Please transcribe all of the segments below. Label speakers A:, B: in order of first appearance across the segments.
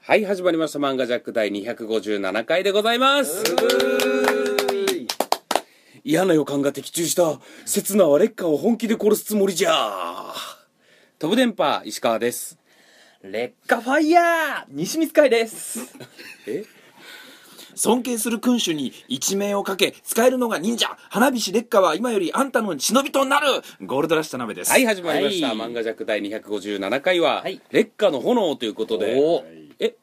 A: はい、始まりました。漫画ジャック第257回でございます。嫌な予感が的中した。刹那はレッカーを本気で殺すつもりじゃ。飛ぶ電波、石川です。
B: 劣化ファイヤー西光海 です
A: え
C: 尊敬する君主に一命をかけ使えるのが忍者花火師烈火は今よりあんたの忍びとなるゴールドラッシュ田辺です
A: はい、始まりました。
B: はい
A: 漫画ジャック第257回は、
B: はい
A: レッカーの炎ということで、
B: おー
A: え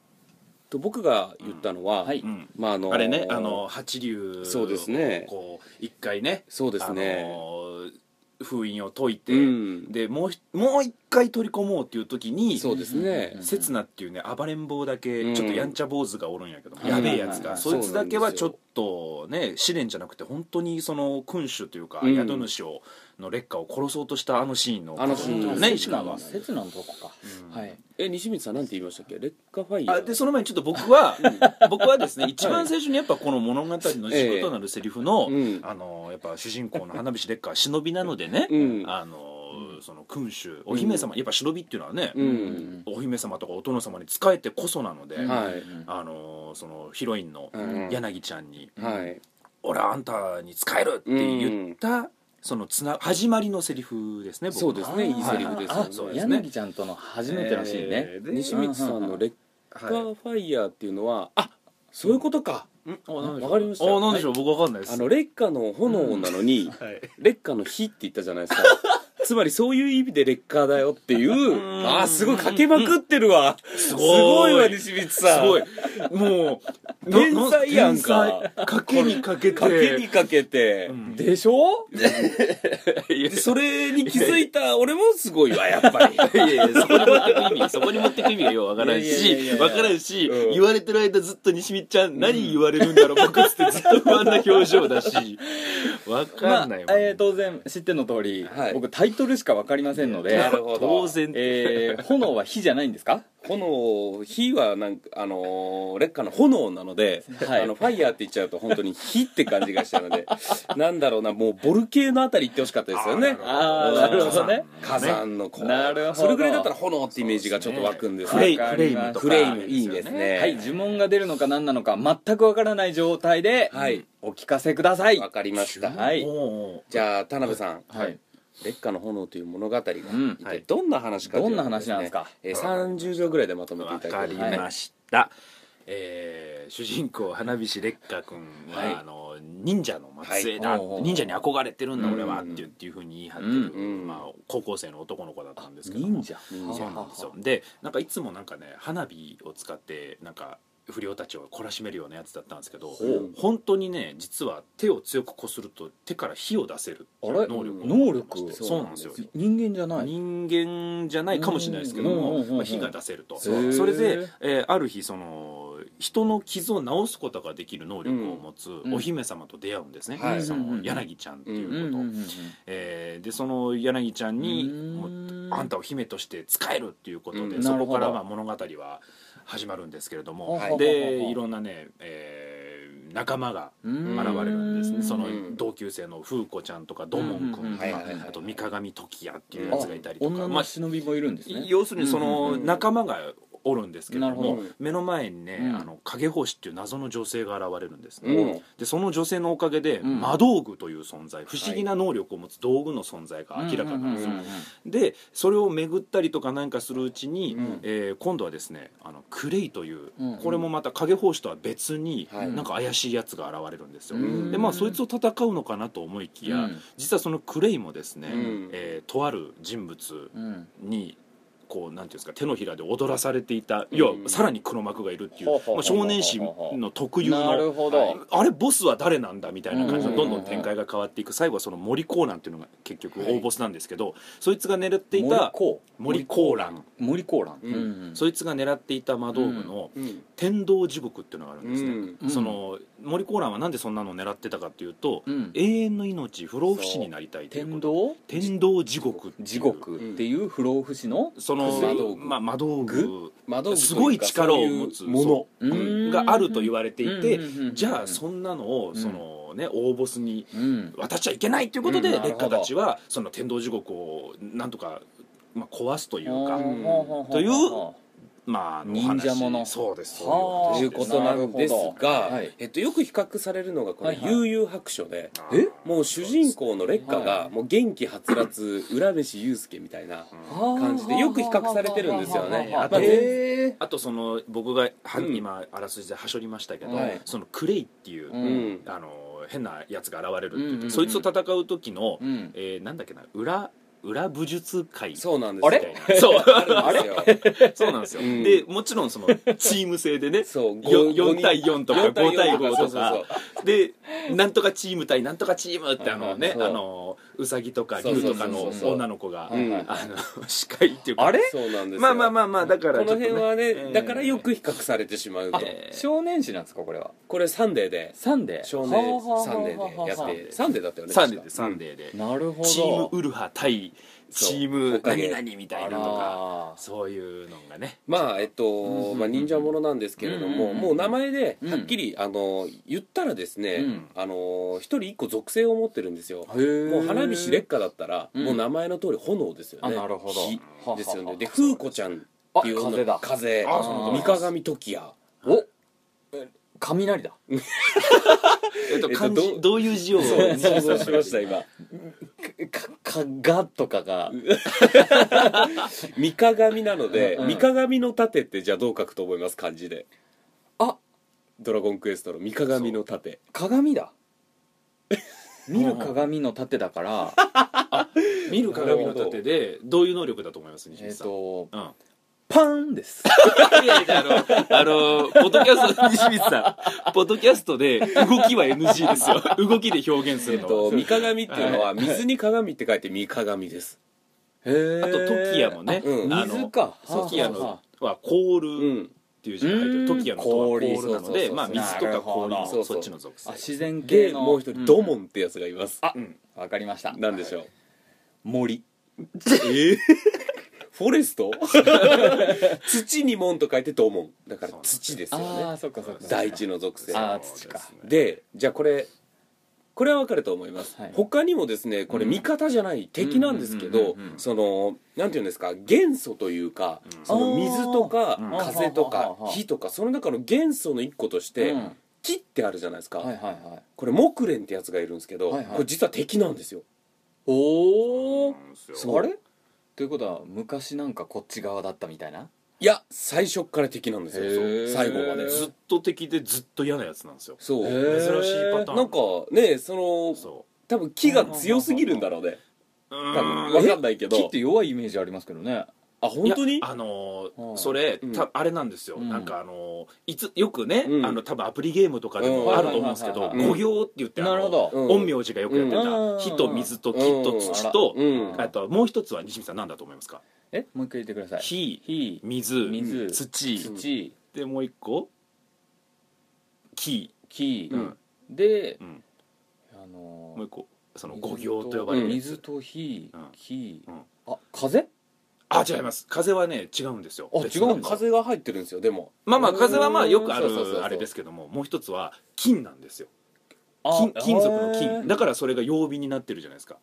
A: と僕が言ったのは、
B: んはい
C: ん
A: まああのー
C: あれねあの八竜を
A: そうですね
C: こう一回ね
A: そうですね
C: あのー封印を解いて、
A: うん
C: でもうひもう一回取り込もうっていう時に
A: そうですね、
C: 刹那っていうね暴れん坊だ
A: うん
C: けちょっとやんちゃ坊主がおるんやけど、
B: ん
C: やべえやつが、
B: うん
C: そいつだけ
A: そうなん
C: は
A: です
C: ち
A: よ
C: ょっとね試練じゃなくて本当にその君主というか、
A: うん
C: 宿主をの劣化を殺そうとしたあのシーンの
A: あのシーン
C: こと
A: うん
C: だね石川が。
B: 刹那のとこか、はい
A: え西光さんなんて言いましたっけレッカーファイヤー
C: あでその前にちょっと僕は、僕はですね一番最初にやっぱこの物語の軸となるセリフの、
A: ええうん
C: あのやっぱ主人公の花火師烈火は忍びなのでね、
A: うん
C: あのその君主お姫様、やっぱ忍びっていうのはね、
A: うん
C: お姫様とかお殿様に仕えてこそなので、
A: はい
C: あのーそのヒロインの
A: うん
C: 柳ちゃんに
A: はい
C: 「俺はあんたに使える!」って言ったそのつな始まりのセリフですね僕の
A: そうですねいいセリフですよね
B: ああ
C: そうですね
B: 柳ちゃんとの初めてのシーンね、
C: えーで
A: 西光さんのレッカ
C: はい
A: ーファイヤーっていうのは、あそういうことか、
C: おなんでしょう
A: わかりました
C: おなんでしょう僕わかんないです
A: あのレッカーの炎なのに、
C: はい
A: レッカーの火って言ったじゃないですかつまりそういう意味でレッカーだよっていう
C: うん
A: あーすごいかけまくってるわ、す
C: す
A: ご
C: ご
A: い
C: い
A: わ西光
C: す
A: さん
C: ごいもうな
A: 天才やんか
C: 天才かけにかけて
A: かけにかけて、
C: うん
A: でしょ
C: いや
A: でそれに気づいた俺もすごいわやっぱり
C: いやいやそこに持ってく意味そこに持ってく意味がようわからん
A: いやいやいや
C: し
A: いや
C: わからんし、
A: うん
C: 言われてる間ずっと西見ちゃん何言われるんだろう、僕っつってずっと不安な表情だしわ
B: ま
C: か
B: あ
C: んないもん、
B: えー当然知っての通り、
A: はい
B: 僕タイトルしか分かりませんので
A: なるほど
C: 当然
B: えー炎は火じゃないんですか
A: 炎火はなんかあのー劣化の炎なので、
B: はい
A: あのファイヤーって言っちゃうと本当に火って感じがしたの でなんだろうなもうボルケーのあたり行ってほしかったですよね
B: あーなるほどね
A: 火山のこう
B: なるほど
A: それぐらいだったら炎ってイメージがちょっと湧くんです
C: フレイ
A: わか
C: フ
A: り
C: レイムとか
A: フレイムいいですね
B: はい呪文が出るのか何なのか全く分からない状態で、
A: はい
B: お聞かせください
A: わかりました、
B: は
C: お
B: い、
C: うおう
A: じゃあ田辺さん、
B: はい、
A: 劣化の炎という物語が一
B: ん
C: は
A: 体
C: い
A: どんな話かという
B: どんな話なんですか
A: とですねえー30条ぐらいでまとめてい
C: わ
A: た
C: か
A: だき
C: り
A: たい
C: ました、えー主人公花火師烈火君は、
A: はい
C: あの忍者の末裔だ、
B: はいおうおう
C: 忍者に憧れてるんだ
A: うん
C: 俺はっていうっていうふうに言い張ってる、
A: うん
C: まあ、高校生の男の子だったんですけど
B: 忍者
A: 忍
C: そうなんですよでなんかいつもなんかね花火を使ってなんか不良たちを懲らしめるようなやつだったんですけど
A: う
C: 本当にね実は手を強くこすると手から火を出せるってい
B: あれ
C: う能力を
B: 能力
C: そうなんですよ
B: 人間じゃない
C: 人間じゃないかもしれないですけど
B: うんうん
C: も
B: うんうん
C: まあ火が出せると
B: へ
C: そ
B: ー
C: れで、えーある日その人の傷を治すことができる能力を持つ
B: ん
C: お姫様と出会うんですね、
A: はい
C: そ
B: うんうんう
C: の
B: ん
C: 柳ちゃんっていう
B: う
C: こ
B: ん
C: と、
B: うんうんうん
C: えーでその柳ちゃんに
B: うん
C: もうあんたを姫として使えるっていうことで、
A: うん
C: そこか
B: なるほ
C: ら
B: ど
C: まあ物語は始まるんですけれども、
B: はい
C: でいろんなね、えー仲間が
B: うん
C: 現れるんですねそうの
A: ん
C: 同級生の風子ちゃんとかドモン
B: うんうんう
C: 君
B: ん
C: と
A: はい
C: か
A: はいはい
C: あと三鏡時矢っていうやつがいたりと
B: 女
C: か、
B: の忍びもいるんですね、
C: 要するにそ
A: うんうん
C: の
A: うん
C: 仲間がおるんですけれど
B: なる
C: も
A: ほど
C: 目の前にね、
B: うん
C: あの影星っていう謎の女性が現れるんですね、
A: うん
C: でその女性のおかげで、
B: うん
C: 魔道具という存在不思議な能力を持つ道具の存在が明らかなんですよ、
B: うんうんうん
C: でそれを巡ったりとかなんかするうちに、
A: うん
C: えー今度はですねあのクレイという、
B: うん
C: これもまた影法師とは別に、
A: はい
C: なんか怪しいやつが現れるんですよ、
A: うん
C: でまあそいつを戦うのかなと思いきや、
B: うん
C: 実はそのクレイもですね、
A: うん
C: えーとある人物
B: うん
C: にこうなんていうんですか手のひらで踊らされていた、いや
A: うん
C: さらに黒幕がいるっていう、
B: ほうほうほうほう
C: まあ、少年誌の特有
B: なる
C: の
B: ほど、
A: はい
C: あれボスは誰なんだみたいな感じ
A: うん
C: のどんどん展開が変わっていく最後はその森コーランっていうのが結局
A: はい
C: 大ボスなんですけど、そいつが狙ってい
B: 森
C: た
B: コ
C: 森コーラン
B: ー森コーラン、
A: うん
B: ん
C: そいつが狙っていた魔道具の
A: うん
C: 天道地獄っていうのがあるんですね、
A: うん
B: うん
C: その森コーランはなんでそんなのを狙ってたかっていうと、
B: うん
C: 永遠の命不老不死になりたいということ天
B: 天道
C: 道地獄っていう
B: 地獄っていう不老不死の
C: その
A: 魔道具
C: まあ、魔道具
A: 窓口とうか
C: すごい力を持つ
A: そういうもの
C: そう
B: うん
C: があると言われていて、
B: うんうんうんうん
C: じゃあそんなのを
B: うん
C: その、ね、大ボスに
B: うん
C: 渡しちゃいけないということで、
B: うんなる
C: 劣
B: ほど
C: 化たちはその天道地獄をなんとか、まあ、壊すというか、
B: ほうほうほうほう
C: というまああの
A: 忍者もの
C: お話そうですそう
B: はあ
A: ということなのですが、
B: なるほどはい
A: えっと、よく比較されるのがこの
B: はいはい
A: 悠々白書で、
C: いうことです
B: え
A: もう主人公の劣化
B: は
A: がもう元気はつら つ浦飯祐介みたいな
B: 感
A: 感じでよく比較されてるんですよね
B: あ
A: まあ
B: へえ
C: あとその僕がは
A: うん
C: 今あらすじではしょりましたけど、
B: はい
C: そのクレイっていう、
B: うん
C: あの変なやつが現れるって言って、
B: うんうんうん
C: そいつと戦う時の、
B: うん
C: えーなんだっけな裏裏武術会
A: そうなんですよ
B: あれ
C: そう
A: あれ
C: そうなんですよ、
A: うん
C: でもちろんそのチーム制でね
A: そう
C: よ
A: ごご
C: 4
A: 人
C: 対4とか
A: 4
C: 5
A: 対
C: 対
A: 4
C: 5と
A: そうそう
C: かでなんとかチーム対なんとかチームってあのね
A: うん
C: あのうさぎとか
A: そう
C: 竜
A: そう
C: と
A: そ
C: か
A: う
C: の
A: そう
C: 女の子が
A: うん
C: あの司会っていうか
B: あれ
A: そうなんですよ
C: まあまあまあまあだから
A: この辺はね、
C: ちょっと
A: だからよく比較されてしまうと、
C: えー
B: 少年誌なんですかこれは
A: これサンデーで
B: サンデー
A: 少年サンデーでやってサンデーだったよね
C: サンデー
A: 確
C: で
A: か
C: サンデーで、
B: なるほど
C: チームウルハ対
A: そう
C: チーム
A: 他
C: 何
A: で
C: 々みたいなとか
B: あ
C: そういうのがね
A: まあえっ
B: んうん
A: と
B: うん
A: まあ忍者ものなんですけれど
B: うんうん
A: も
B: うん
A: もう名前ではっきりあの言ったらですね
B: うん
A: あの一人一個属性を持ってるんですよ
B: ーへえ
A: もう花火師劣化だったら
B: うん
A: もう名前の通り炎ですよ
B: あ
A: ね
B: なるほど
A: 火
B: はは
A: ですよねで風子ちゃんっていう
B: あ風だ
A: 風
C: あそう
B: なん
A: 三
B: だ
A: 鏡時矢
B: お雷だ
C: えっと
A: えっと
C: 漢
A: ど
C: 字どういう字を
A: そう想像しました今
B: かかがとかが
A: 三鏡なので、
B: うん
A: 三鏡の盾ってじゃあどう書くと思います漢字で
B: あ
A: ドラゴンクエストの三鏡の盾
B: 鏡だ見る鏡の盾だから
C: 見る鏡の盾でどういう能力だと思います西光
B: えっ
C: さん、
B: と
C: うん
B: パンです
C: いやいやあの、あの、ポッドキャスト、西光さん、ポッドキャストで動きは NG ですよ。動きで表現す
A: えっ
C: るの
A: と
C: は。
A: 三鏡っていうのは水に鏡って書いて三鏡です
B: へえ
C: あと、トキヤもね、
A: うん
C: あ
B: 水
C: の、
B: か
C: トキヤの
B: は
C: は凍
A: う
C: るっ
A: ん
C: ていう字が入って
B: うん
C: る。トキヤのとは凍
B: 氷
C: るな
A: そ
C: の
A: うそう
C: で、
A: そう
C: まあ水と
B: なる
C: か
B: ほ
C: 氷
B: ど
C: の
A: そうそう
C: そっちの属性
B: あ。自然系
A: で
B: の
A: もう一人ドモ
B: ン
A: ンってやつがいます、
B: あ
C: うん
B: わかりました
A: なんでしょう
B: 森
A: えーフォレス ト土に門と書いてドモンだから土ですよ
B: あ
A: ね
B: あそっかそっか
A: 大地の属性
B: あー土か
C: そうですね
A: でじゃあこれこれは分かると思います、
B: はい
A: 他にもですねこれ味方じゃない、敵なんですけ
B: うんうん
A: ど
B: うんうんうん
A: そのなんていうんですか元素というか、
C: うん
A: その水とか
C: うん
A: 風と
B: はあは
A: か
B: あはあ
A: 火とかその中の元素の一個として、
B: うん
A: 木ってあるじゃないですか、
B: はいはいはい
A: これ木蓮ってやつがいるんですけど、
B: はいはい
A: これ実は敵なんですよ
C: そう
B: おお
C: なんですよ
A: そう
B: あれということは昔なんかこっち側だったみたいない
A: や最初っから敵なんです
B: へ
A: よ
B: ー
A: そう最後まで
C: ずっと敵でずっと嫌なやつなんですよ。
A: そうな
B: へー
C: 珍しいパターン。
A: んかねその
C: そ
A: 多分木が強すぎるんだろうね
C: う。う
A: 多
C: ー
A: 分
C: ん
A: 分かんないけど
B: 木って弱いイメージありますけどね
A: あ本当
C: い
A: に
C: やあのー
B: うん
C: それ
A: うん
C: たあれなんですよ、
B: うん
C: なんかあのーいつよくね、
A: うん
C: あの多分アプリゲームとかでもあると思うんですけど
B: うん
A: はいはいはい
C: 五行って言ってあの
B: なるほど
A: うん
C: 陰陽師がよくやって
B: うん
C: た火と水と木と土と、
A: うん
C: あともう一つは西見さん何だと思いますか
B: えもう一回言ってください
C: 火
B: 火
C: 水
B: 水
C: 土
B: 土
C: でもう一個木、
B: 木
C: うん
B: で
C: うん
B: あのー
C: もう一個その五行と呼ばれ
A: う
C: る
A: ん
C: やつ
B: 水と火
C: うん
B: 木
C: うん
B: あ風
C: あ違います風はね違うんですよ
B: あ
C: 別
B: 違
C: の
B: うんだ
A: 風が入ってるんですよでも
C: まあまあ風はまあよくあ
A: うんそうそうそうそう
C: るあれですけどももう一つは金なんですよ
B: あ
C: 金金属の
B: へー
C: 金だからそれが曜日になってるじゃないですか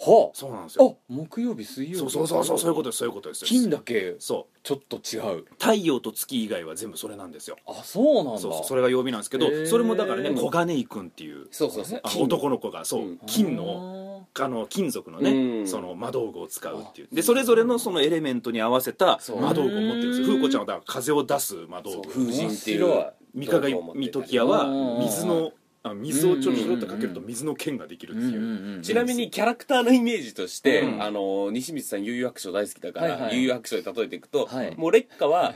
B: は
C: そうなんですよ
B: あ木曜日水曜
C: そう
B: 日
C: そうそうそうそういうことですそういうことです
B: 金だけ
C: そう
B: ちょっと違う
C: 太陽と月以外は全部それなんですよ
B: あそうなんだ
C: そうそうそれが曜日なんですけ
B: へ
C: ど
B: ー
C: それもだからね小金井君っていう
A: そうそうそう
C: あ
A: 金
C: 男の子がそううん金のあの金属の
A: う
C: ね
A: ん
C: その魔道具を使うっていうでそれぞれのそのエレメントに合わせた
A: そう
C: 魔道具を持ってるんですよ
B: うん
C: 風子ちゃんはだから風を出す魔道具
A: 風神ってい
B: 面
A: う
B: 白
C: 三鏡三時屋は水のあ水をちょろちょろっとかけると
B: うん
C: 水の剣ができるって
B: うんう
C: いうん
B: うん
A: ちなみにキャラクターのイメージとして、
C: うん
A: あの西光さん悠々白書大好きだか
B: はいは
A: ら
B: い
A: 悠々白書で例えていくと、
B: はい
A: もう劣化は
C: ん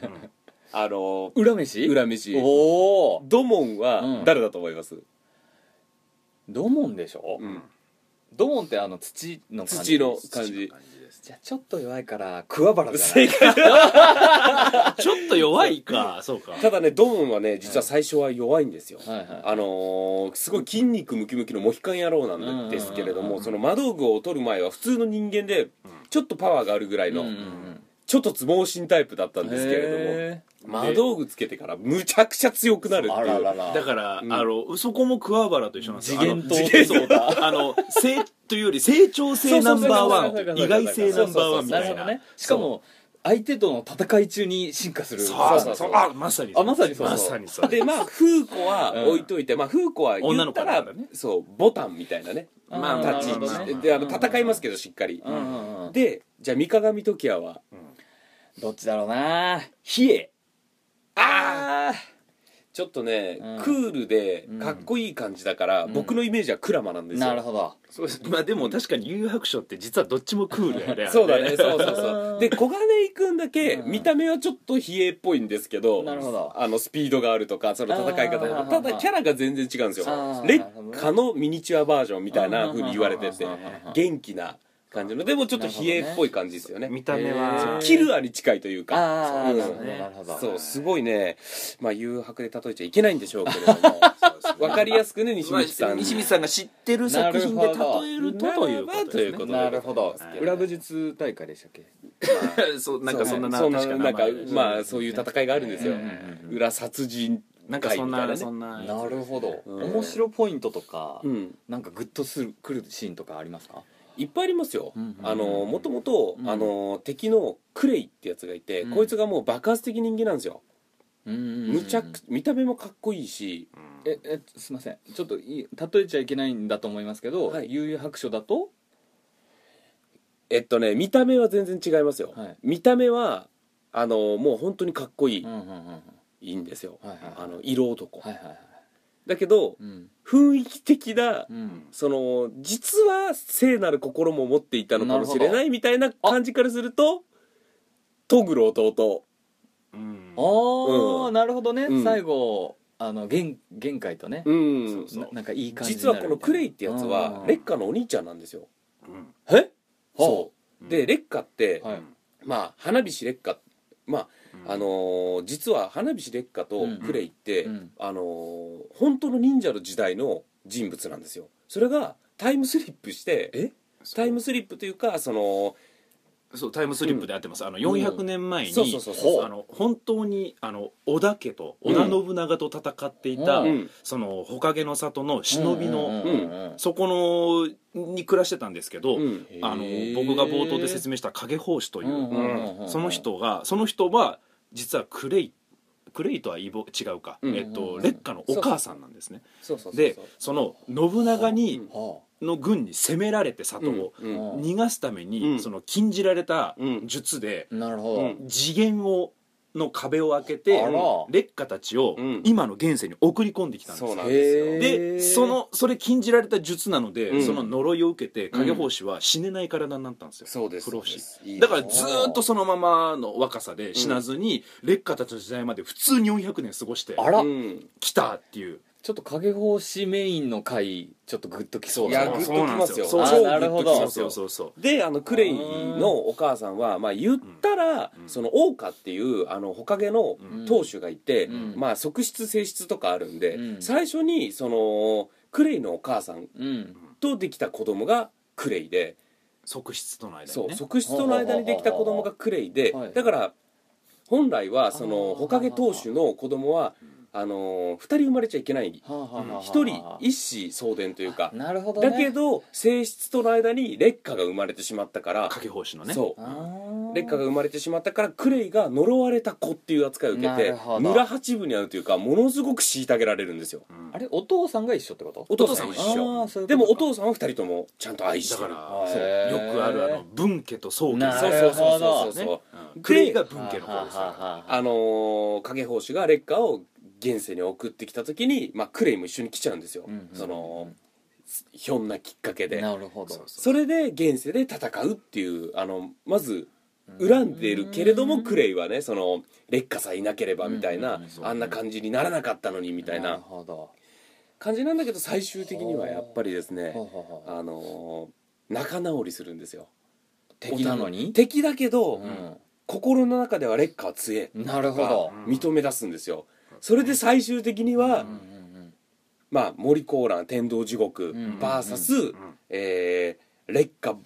A: あの
B: 裏飯
A: 裏飯
B: おお
A: ドモン
B: う
A: は
B: ん
A: 誰だと思います、
B: ドモンでしょ、
A: うん
B: ドモンってあの土の感
A: 土
B: じ
A: の感
C: 土の
A: じ
C: 感じです
B: じゃあちょっと弱いから桑原じゃな
A: 正
B: い
A: 解
C: ちょっと弱いか、そうか。
A: ただねドモンはね実は最初は弱いんですよ、
B: はいはい
A: あのーすごい筋肉ムキムキのモヒカン野郎なんでですけれども、その魔道具を取る前は普通の人間でちょっとパワーがあるぐらいの、
B: うんうん
A: ちょっと相撲身タイプだった
B: うんん
A: ですけれ
B: へ
A: ども魔道具つけてからむちゃくちゃ強くなる
B: ー
A: って
B: あ
A: いう
B: ららら
C: だから、
A: うん
C: あの、そこも桑原と一緒なんですよ。
B: 次元と
C: あの次元 と。あの、成、というより成長性ナンバーワ
B: そうそうそうそうそう
C: ン、意外性ナンバーワンみた
B: る
C: い
B: ほど
C: な
B: ね。しかも相手との戦い中に進化する
C: そう
B: そ
C: そうう
B: そ
C: そううあまさに
B: あまさにそうそ
C: ま
B: う
C: さにそう
A: でまあフーコは置いといて、まあフーコは言
C: 女の
A: っ
C: 子
A: た、
C: だかららね
A: そうボタンみたいなね
B: あー
C: まあ
A: 立ち位
C: なるほど
A: 置
C: ね
A: であの戦いますけどしっかり、
B: うんうんうん、で
A: でじゃあ三鏡時矢は
B: どっちだろうな比叡ああ
A: ちょっとね、
B: うん
A: クールでかっこいい感じだから、
B: ん
A: 僕のイメージはクラマなんですよ
B: なるほど
C: そうですまあでも確かに遊白書って実はどっちもクールやね
A: そうだ
C: あれ
A: ねそうそうそうで小金井君だけ
B: うん
A: 見た目はちょっと冷えっぽいんですけど
B: なるほど
A: あのスピードがあるとかその戦い方
B: あー
A: ただキャラが全然違うんですよ
B: あー
A: レッカのミニチュアバージョンみたいな風に言われてて
B: うんうんうんうんうん
A: 元気な感じのでもちょっと冷えっぽい感じですよね
C: 見た目
A: そ
C: は
A: うキルアに近いというか
B: ああ
A: うん
B: なるほどなるほど
A: そうすごいねまあ誘白で例えちゃいけないんでしょうけれ どもわかりやすくね西
C: まあ
A: 光さん
C: 西光さんが知ってる作品で例えると
A: なるほど
C: ということです
A: なるほ
C: ね
A: ど
B: なるほど
C: はい
B: 裏武術大会でしたっけ
C: そうなんかそんな
A: そ
C: な
A: うね
C: 確
A: そ
C: か
A: んななんか
C: 名前
A: まあそういう戦いがあるんですよ
B: うんうん
A: 裏殺人
C: なんかそ
A: 会
C: ん
A: みたい
C: な
A: ね
C: そんな
B: なるほど
A: うん
B: 面白ポイントとか
A: うん
B: なんかグッとするくるシーンとかありますか
A: いっぱいありますよ、
B: うんうんうん
A: あのもともと、
B: うん
A: あの敵のクレイってやつがいて、
B: うん
A: こいつがもう爆発的人気なんですよ、
B: む
A: むちゃく見た目もかっこいいし
B: ええすいませんちょっとい例えちゃいけないんだと思いますけど
A: は
B: 「
A: い
B: 悠々白書」だと
A: えっとね見た目は全然違いますよ、
B: はい
A: 見た目はあのもう本当にかっこいい、
B: うんうんうんはい
A: いいんですよ、
B: はいはい
A: あの色男、
B: はいはい
A: だけど
B: うん
A: 雰囲気的な、
B: うん
A: その実は聖なる心も持っていたのかもしれ
B: な
A: ないみたいな感じからするとトグル弟
C: うん
B: あ
A: う
B: あ
A: ん
B: なるほどね
A: うん
B: 最後あの限限界とね
A: うん
C: そう
B: ななんかいい感じ
A: 実はこのクレイってやつはレッ
B: カ
A: カのお兄ちゃんなんですよ
C: うん
A: え
B: は
A: そうでレッカって、
B: はい
A: まあ花火師レッカま
C: うん
A: あ、あのー実は花火師レッカとクレイって、
B: うんうん
A: あのー本当の忍者の時代の人物なんですよそれがタイムスリップして
B: え
A: タイムスリップというかその
C: そうタイムスリップであってます、あの400年前に、
A: そうそうそうそう
C: あの本当にあの織田家と織田信長と戦っていた、
B: うん
C: その火影の里の忍びの、
B: うんうんうんうん
C: そこのに暮らしてたんですけど、
A: うん
C: あの
B: へー
C: 僕が冒頭で説明した影法師という、
B: うんうんうんうん
C: その人がその人は実はクレイクレイとはイボ違うか、
A: うん
C: えっ
B: うん
C: と、烈火のお母さんなんですね
A: そうそうそうそう
C: でその信長に、
A: うん
B: は
C: の軍に攻められて里を、
A: うんうん
B: うん
C: 逃がすために、
A: うん
C: その禁じられた
A: うん
C: 術で、
B: あなるほど、
A: うん
C: 次元をの壁を開けて
B: あら
C: 劣化たちを
A: うん
C: 今の現世に送り込んできたんです
A: そう
C: よ
A: なんですよ
B: へー
C: でそのそれ禁じられた術なので、
A: うん
C: その呪いを受けて影法師は死ねない体になったんですよ、
A: そうです
C: 不老不死
A: そうです
C: だからずーっとそのままの若さで死なずに、劣化たちの時代まで普通に400年過ごして
B: あら、
A: うん
C: きたっていう
B: ちょっと影法師メインの回ちょっとグッときそう
A: い
B: だ
A: やグッ
B: な
A: と
C: そうなんですよ
A: きますよ
C: そう
B: あなる
A: グッ
B: ほど
A: とき
C: そ
A: ま
C: う
A: す
C: そ
A: よ
C: うそうそう
A: であのクレイのお母さんは、まあ、言ったら、
C: うん
A: その桜花っていうあのほかげの
C: うん
A: 当主がいて、
B: うん
A: まあ、側室性質とかあるんで、
B: うん
A: 最初にそのクレイのお母さん
B: うん
A: とできた子供がクレイで、
C: 側室との間にね
A: そう側室との間にできた子供がクレイで、
B: はい
A: だから本来はその
B: あー
A: ほかげ当主の子供はあのー、2人生まれちゃいけない
B: はあはあはあはあ
A: 1人一子相伝というか。
B: なるほど、ね、
A: だけど性質との間に劣化が生まれてしまったから
C: 影法師のね
A: そう
B: あ
A: 劣化が生まれてしまったからクレイが呪われた子っていう扱いを受け
B: な
A: て
B: るほど
A: 村八分に遭うというかものすごく虐げられるんですよ
C: うん
B: あれお父さんが一緒ってこと
A: お父さんは一
B: あ
A: 緒
B: ーそういうことか
A: でもお父さんは二人ともちゃんと愛して
C: だか
A: る
C: ら
B: そう
C: よくあるあの文家と宗家
B: な
A: そう
B: る
A: そうそうそうそう
C: ね
A: そう
C: うんクレイが文家の
B: は
C: 方
B: あ
C: ですか
B: はあはあはあ
A: あのー影法師が劣化を現世に送ってきた時に、まあ、クレイも一緒に来ちゃうんですよ、
B: うんうんうん
A: そのひょんなきっかけで
B: なるほど
C: そう
A: それで現世で戦うっていうあのまず恨んでいるけれどもクレイはねその劣化さえいなければみたいな、
B: うんうん
C: うん
A: あんな感じにならなかったのにみたい
B: なる
A: な
B: ほど
A: 感じなんだけど最終的にはやっぱりですね
B: ほうほうほう
A: あのー仲直りするんですよ
B: 敵なのに
A: 敵だけど、
B: うん
A: 心の中では劣化は強え
B: なる
A: と
B: ほ
A: か
B: ど
A: 認め出すんですよそれで最終的には、
B: うんうん
A: まあ、森コーラン天道地獄
B: ん
A: VS
C: ん
A: えー劣化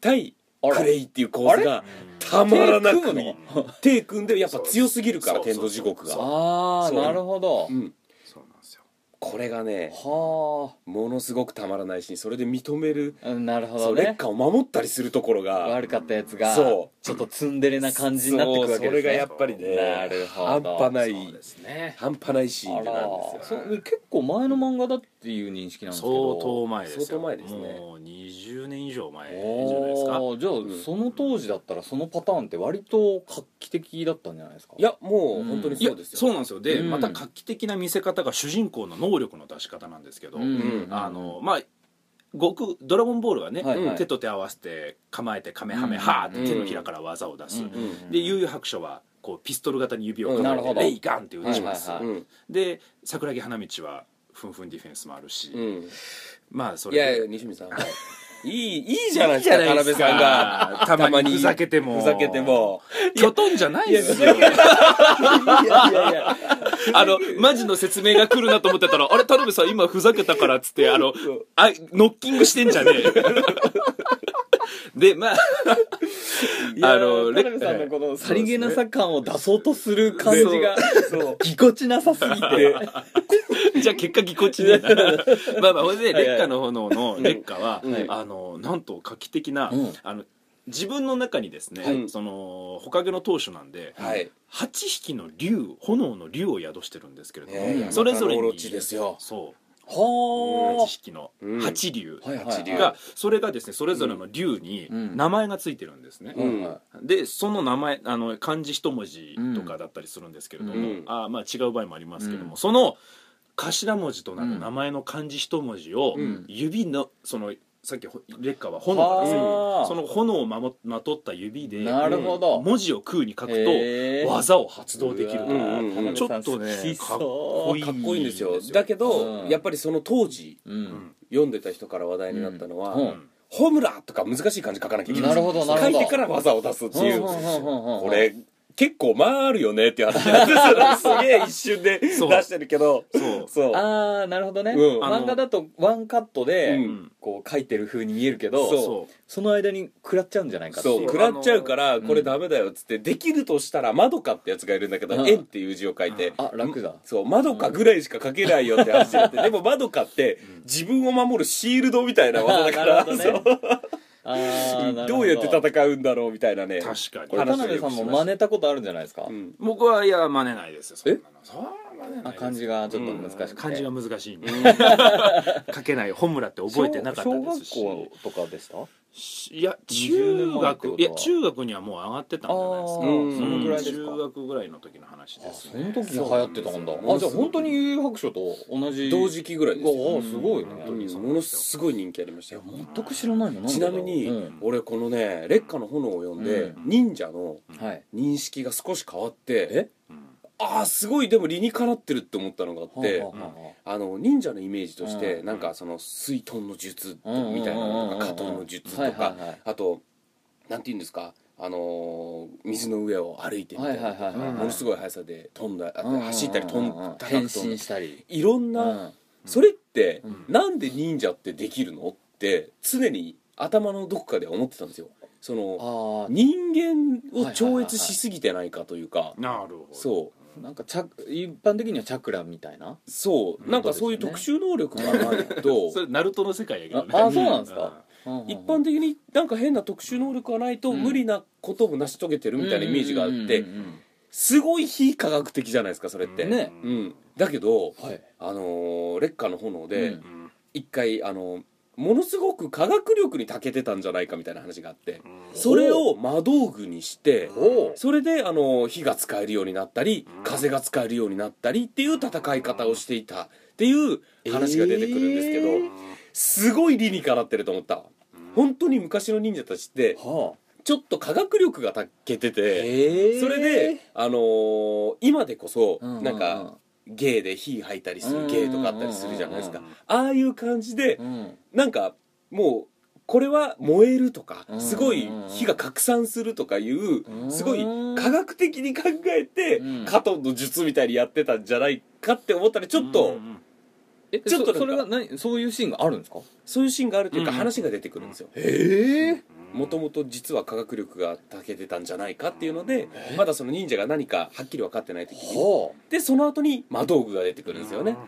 A: 対
B: あら
A: クレイっていう構図がたまらなく
B: 手組むの
A: 手組んでやっぱ強すぎるから
C: そうそ
A: 天
C: うそう
A: 道地獄が
B: ああ
A: そう
B: なるほど
A: うん
C: そうなんですよ
A: これがね
B: は
A: ものすごくたまらないしそれで認める
B: あなるほ
A: そ
B: ど
A: う劣
B: ね
A: 化を守ったりするところが
B: 悪かったやつが
A: そう
B: ちょっとツンデレな感じになってくるわけです
A: そ
B: ね
A: うそれがやっぱりね
B: なるほど
A: 半端ない
C: そうですね
A: 半端ないシー
B: あ
A: ンなん
B: ら
A: ですよ
B: そう結構前の漫画だっていう認識なんですけ
C: 相
B: ど
C: 当前ですよ
A: 相当前ですね
C: もう20年以上前じゃないですか
B: おーじゃあ、
A: ん
B: その当時だったらそのパターンって割と画期的だったんじゃないですか
A: いやもう本当に
C: いや
A: そうですよ
C: そうなんですよで、
B: うん
C: また画期的な見せ方が主人公の能力の出し方なんですけど、
B: うん
C: あのまあ悟空ドラゴンボールはね、
B: はいはい
C: 手と手合わせて構えてカメハメ
B: うん
C: ハーって手のひらから技を出す、
B: うん
C: で悠々白書はこうピストル型に指を
A: うんな
C: 抱
A: るほ
C: えて
B: ど
C: レイガンって打ちます、
B: はいはい
A: うん
C: で桜木花道はふんふんディフェンスもあるし、
A: うん
C: まあそ
A: いやい
C: れ
A: や西見さんはいいいいいじゃないですか田辺さんが
C: たまにふざけても
A: ふざけても
C: きょとんじゃないですよ
A: いやいやいや
C: あの、マジの説明が来るなと思ってたら、あれ、田辺さん今ふざけたからっつって、あの、あノッキングしてんじゃねえ。で、まあ、あの、
B: 田辺さんのこのさりげなさ感を出そうとする
C: 感
B: 感じ
C: じ
B: が
C: が
B: ぎこちなさすぎて
C: じゃあ結果ぎこちねえな。まあまあ、ほいで、
B: はいはい
C: 烈火の炎の烈火は
A: うん、
C: あの、なんと画期的な
B: うん、
C: あの、自分の中にですね、
A: はい
C: その、火影の当主なんで、
A: はい
C: 8匹の竜、炎の竜を宿してるんですけれど
A: ね
C: も、それぞれ
A: 山田のオ
C: に
A: ロ、チですよ
C: そう。
B: は
C: 八匹の
A: うん
C: 八竜
B: はいはい
C: 八竜がそれがですねそれぞれの竜に
B: うん
C: 名前がついてるんですね、
A: うん
C: でその名前あの漢字一文字とかだったりするんですけれども、
A: うん
C: あまあ違う場合もありますけども、
B: うん
C: その頭文字とな
B: う
C: る
B: ん
C: 名前の漢字一文字を
B: うん
C: 指のそのさっきほ烈火は炎がですね
B: はあ
C: その炎をまもまとった指で
B: なるほど、
C: 文字を空に書く
B: へえ
C: と技を発動できると
B: うわ
A: うんうんうん
B: 田辺さん
C: ちょっとね
B: 好きそう
C: こいい
A: かっこいいんですよだけど、
B: うん
A: やっぱりその当時
B: うん
A: 読んでた人から話題になったのは「
B: うん
C: うん
A: ホムラ!」とか難しい漢字書かなきゃいけない
B: なるほどなるほど
A: 書いてから技を出すっていう
B: うんうんうんうんうん
A: これ結構間あるよねっていう話なんです よすげえ一瞬で出
C: そう
A: してるけど
C: そう
A: そう
B: ああなるほどね、
A: うん
B: 漫画だとワンカットで、
A: うん
B: こう書いてる風に見えるけど
A: そう
C: そう
B: その間に食らっちゃうんじゃないかってい
A: そう
B: う
A: 食らっちゃうからこれダメだよっつって、できるとしたら「まどか」ってやつがいるんだけど「
B: うん
A: 円」っていう字を書いて、
B: あ楽だ
A: そう「まどか」ぐらいしか書けないよって話になって、でも「まどか」って自分を守るシールドみたいな技だか
B: あ
A: ら、
B: ーな
A: そ
B: るほ
A: う
B: どあーなる
A: ど
B: ほ
A: うやって戦うんだろうみたいなね
C: 確かに
B: これ田辺さんも真似たことあるんじゃないですか、
A: うん
C: 僕はいや真似ないですよそんなのそんな真似ない
B: あ
C: です
B: 漢字がちょっと難しくて、
C: 漢字が難しいんで 書けない本村って覚えてなかったです
B: 小小
C: し
B: 学校とかでしたあ
C: いや
B: 20
C: 中
B: 年前ってこと
C: 学
B: はい
C: や中学にはもう上がってたんじゃないですか
B: ー
A: うん
B: そのぐらいですか、
C: 中学ぐらいの時の話です
B: そ
C: ね
B: の時に流行ってたんだ
A: そうなん
B: あ
A: です
B: じゃ
A: よ
B: あ本当に悠々白書と同じ
A: 同時期ぐらいですよ
B: ああすごいね
C: うん
A: うん
C: そう
A: ものすごい人気ありましたよ
B: 全く知らないのんでだろう
A: ちなみに、
B: うん
A: 俺このね「烈火の炎」を読んで、
B: う
A: 忍者の
B: はい
A: 認識が少し変わって
B: え
C: うん
A: ああすごいでも理にかなってるって思ったのがあって、
B: はあはあはあ
A: あの忍者のイメージとして、
B: うん
A: なんかその水遁の術
B: うん
A: みたいなのとか
B: うん
A: 火遁の術とか、
B: はいはいはい
A: あとなんて言うんですかあのー水の上を歩いてみたいな、
B: はいはいはいはい
A: ものすごい速さで飛んだ、あ
B: うんうんうんうん
A: 走ったり飛んだ
B: 変身したり
A: いろん
B: う
A: な、
B: ん
A: それって、
C: うん
A: なんで忍者ってできるのって常に頭のどこかでは思ってたんですよその
B: あ
A: 人間を超越しすぎてないかというか、
C: なるほど
A: そ
B: あなんかチャ一般的にはチャクラみたいな
A: うそうなんかそういう特殊能力がないと、
C: それナルトの世界やけどね
B: ああそうなんですか
A: 一般的になんか変な特殊能力がないと
B: うん
A: 無理なことを成し遂げてるみたいなイメージがあって
B: うんうんうんうん
A: すごい非科学的じゃないですかそれって、
C: うん
B: ね
A: うん、だけど、
B: はい
A: あのー烈火の炎
B: う
A: で
B: ん
C: うん
A: 一回、あのーものすごく科学力に長けてたんじゃないかみたいな話があって
C: うん
A: それを魔道具にして
C: おう
A: それで、あのー火が使えるようになったり
C: うん
A: 風が使えるようになったりっていう戦い方をしていたっていう話が出てくるんですけど、
B: え
C: う
B: ー
C: ん
A: すごい理にかなってると思った本当に昔の忍者たちって
B: はあ
A: ちょっと科学力がたけてて、
B: え
A: それで、あのー今でこそなんか芸で火吐いたりす
B: うん
A: る芸とかあったりするじゃないです
C: う
A: か
C: んうんうん
A: ああいう感じで
B: うん
A: なんかもうこれは燃えるとか
B: うん
A: すごい火が拡散するとかいうすごい科学的に考えて
B: うん
A: 加藤の術みたいにやってたんじゃないかって思ったらちょっと
B: え
A: ちょっとなんか
B: そそれが何そういうシーンがあるんですか
A: そういうシーンがあるというか
C: うん
A: 話が出てくるんですよ
B: ええ
A: もともと実は科学力が長けてたんじゃないかっていうのでまだその忍者が何かはっきり分かってない時に
B: は
A: でその後に魔道具が出てくるんですよね
C: うん
B: は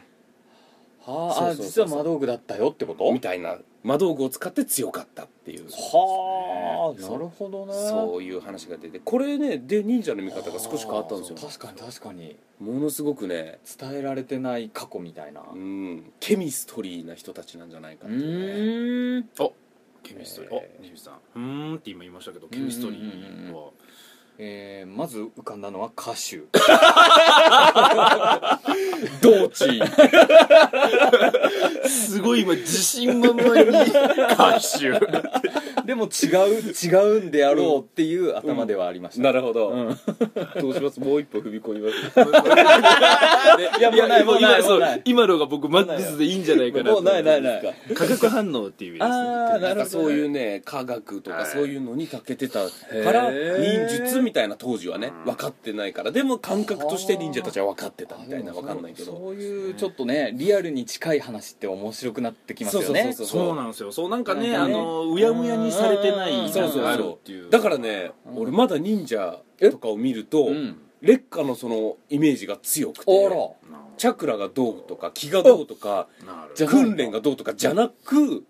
A: そ
B: あ
A: う
B: あ
A: そう
B: 実
A: そうそう
B: は魔道具だったよってこと
A: みたいな魔道具を使って強かったっていう
B: はあなるほどね
A: そういう話が出てこれねで忍者の見方が少し変わったんですよ
B: あー確かに確かに
A: ものすごくね
B: 伝えられてない過去みたいな
A: う
B: うん
A: ケミストリーな人たちなんじゃないかっていうね
B: ーん
C: ケミストリー、あ西口さん「うーん」って今言いましたけどケミストリーは
B: えーまず浮かんだのは歌手
A: 道地
C: すごい今自信満々に 歌手
B: でも違う違うんであろうっていう頭ではありました、
A: なるほど、 どうしますもう一歩踏み込みます
B: いやもうないもうないもうない
C: 今のが僕マックスでいいんじゃないかな
B: もうないないない
C: 化学反応っていう意味ですね
B: ああ
A: な
B: なんる
A: か
B: ほ
A: そ
B: ど
A: う
B: ね
A: いうね科学とかそういうのに長けてたから忍術みたいな当時はね分かってないからでも感覚として忍者たちは分かってたみたいな分かんないけ
B: そう
A: ど
B: そういうちょっとねリアルに近い話って面白くなってきますよね
A: そう
C: そうなんですよそうなんかね
B: なん
C: あ
B: かね
C: のうやむやにされてない
A: そう
C: なんか
A: そう
C: ある
A: そ
C: っていう
A: うだからね俺まだ忍者とかを見ると
B: うん
A: 劣化のそのイメージが強く
B: あ
A: て
B: ら
A: チャクラがどうとか気がどうとか
C: なる
B: じゃない
A: 訓練がどうとかじゃなく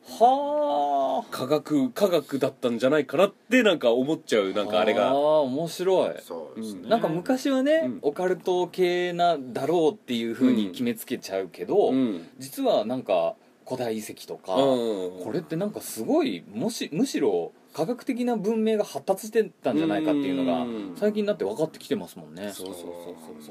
B: は
A: 科学科学だったんじゃないかなってなんか思っちゃうなん
B: あ
A: かあれ
B: あ
A: が
B: ー面白い
C: そうですね
B: なんか昔はね、
A: うん
B: オカルト系なだろうっていうふうに決めつけちゃうけど、
A: うん
B: 実はなんか古代遺跡とか、こ
A: こ
B: れってなんかすごいもしむしろ科学的な文明が発達してたんじゃないかっていうのが
A: うん
B: 最近になって分かってきてますもんね
A: そうそうそ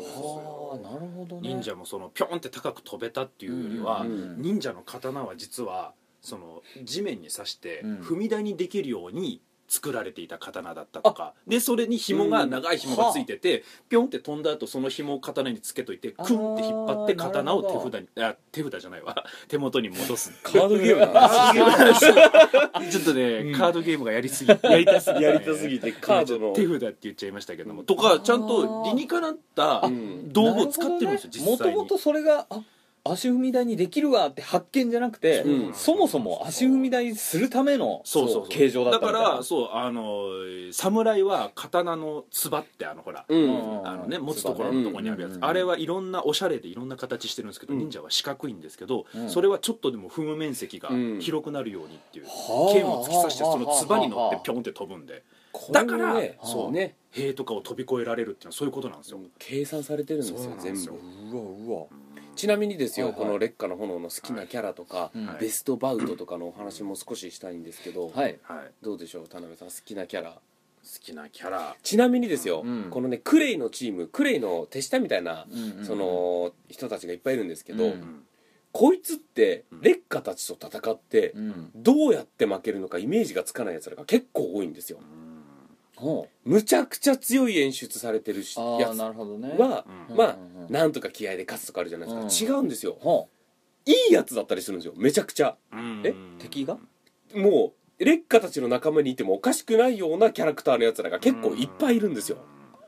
A: うそ
B: はあなるほどね
C: 忍者もそのピョンって高く飛べたっていうよりは、
A: うんうん
B: うん
C: 忍者の刀は実はその地面に刺して
B: うん
C: 踏み台にできるように作られていた刀だったとか、でそれに紐が
A: うん
C: 長い紐がついてて、ピョンって飛んだ後その紐を刀につけといてクンって引っ張って
B: あーなる
C: 刀
B: ほ
C: を
B: ど
C: 手札にあ手札じゃないわ 手元に戻す
A: うカードゲームなの
C: ちょっとね、カードゲームがやりすぎ やりたすぎたね、
A: やりたすぎてカードの
C: 手札って言っちゃいましたけども、とかちゃんと理にかなった
A: うん
C: 道具を使ってるんですよ、実
B: もと
C: 際に
B: もとそれがあ足踏み台にできるわって発見じゃなくて、
A: うん
B: そもそも足踏み台するための
C: そうそうそう
B: 形状だったみたいな
C: からそうあの侍は刀のつばってあのほら、
A: うん
C: あのね、持つところのところにあるやつ、あれはいろんなおしゃれでいろんな形してるんですけど、
A: うん
C: 忍者は四角いんですけど、
B: うん
C: それはちょっとでも踏む面積が
A: うん
C: 広くなるようにっていう、
B: はあ
C: 剣を突き刺してそのつばに乗って
B: はあ
C: ピョンって飛ぶんで
A: だ
C: だ
A: か
C: からら
A: そうね
C: 塀とかを飛び越えられるっていうのはそういうことなんですよ、
A: 計算されてるんです
C: そう
A: よ
C: なん
A: 全
C: ですよ
A: 部
B: うわうわ
A: ちなみにですよ
B: はいは
A: こ
B: い
A: の劣化の炎の好きなキャラとか
B: うん
A: ベストバウトとかのお話も少ししたいんですけど
B: はい
C: はい、好
A: どうでしょう田辺さん好きなキャラ
C: きなキャラ
A: ちなみにですよ
B: うん
A: このねクレイのチームクレイの手下みたいなその人たちがいっぱいいるんですけ
B: う
A: ど
B: ん
A: こいつって劣化たちと戦って
B: うん
A: どうやって負けるのかイメージがつかないやつらが結構多いんですよ
B: ほ
A: むちゃくちゃ強い演出されてるし
B: うあ
A: や
B: あ
A: つ
B: なるほどね
A: は、
C: うん
A: まあ
B: うんうん、うん
A: なんとか気合で勝つとかあるじゃないですか、違うんですよ
B: ほ
A: いいやつだったりするんですよめちゃくちゃ
C: うん
A: え
B: う敵が
A: もう劣化たちの仲間にいてもおかしくないようなキャラクターのやつらが結構いっぱいいるんですよ、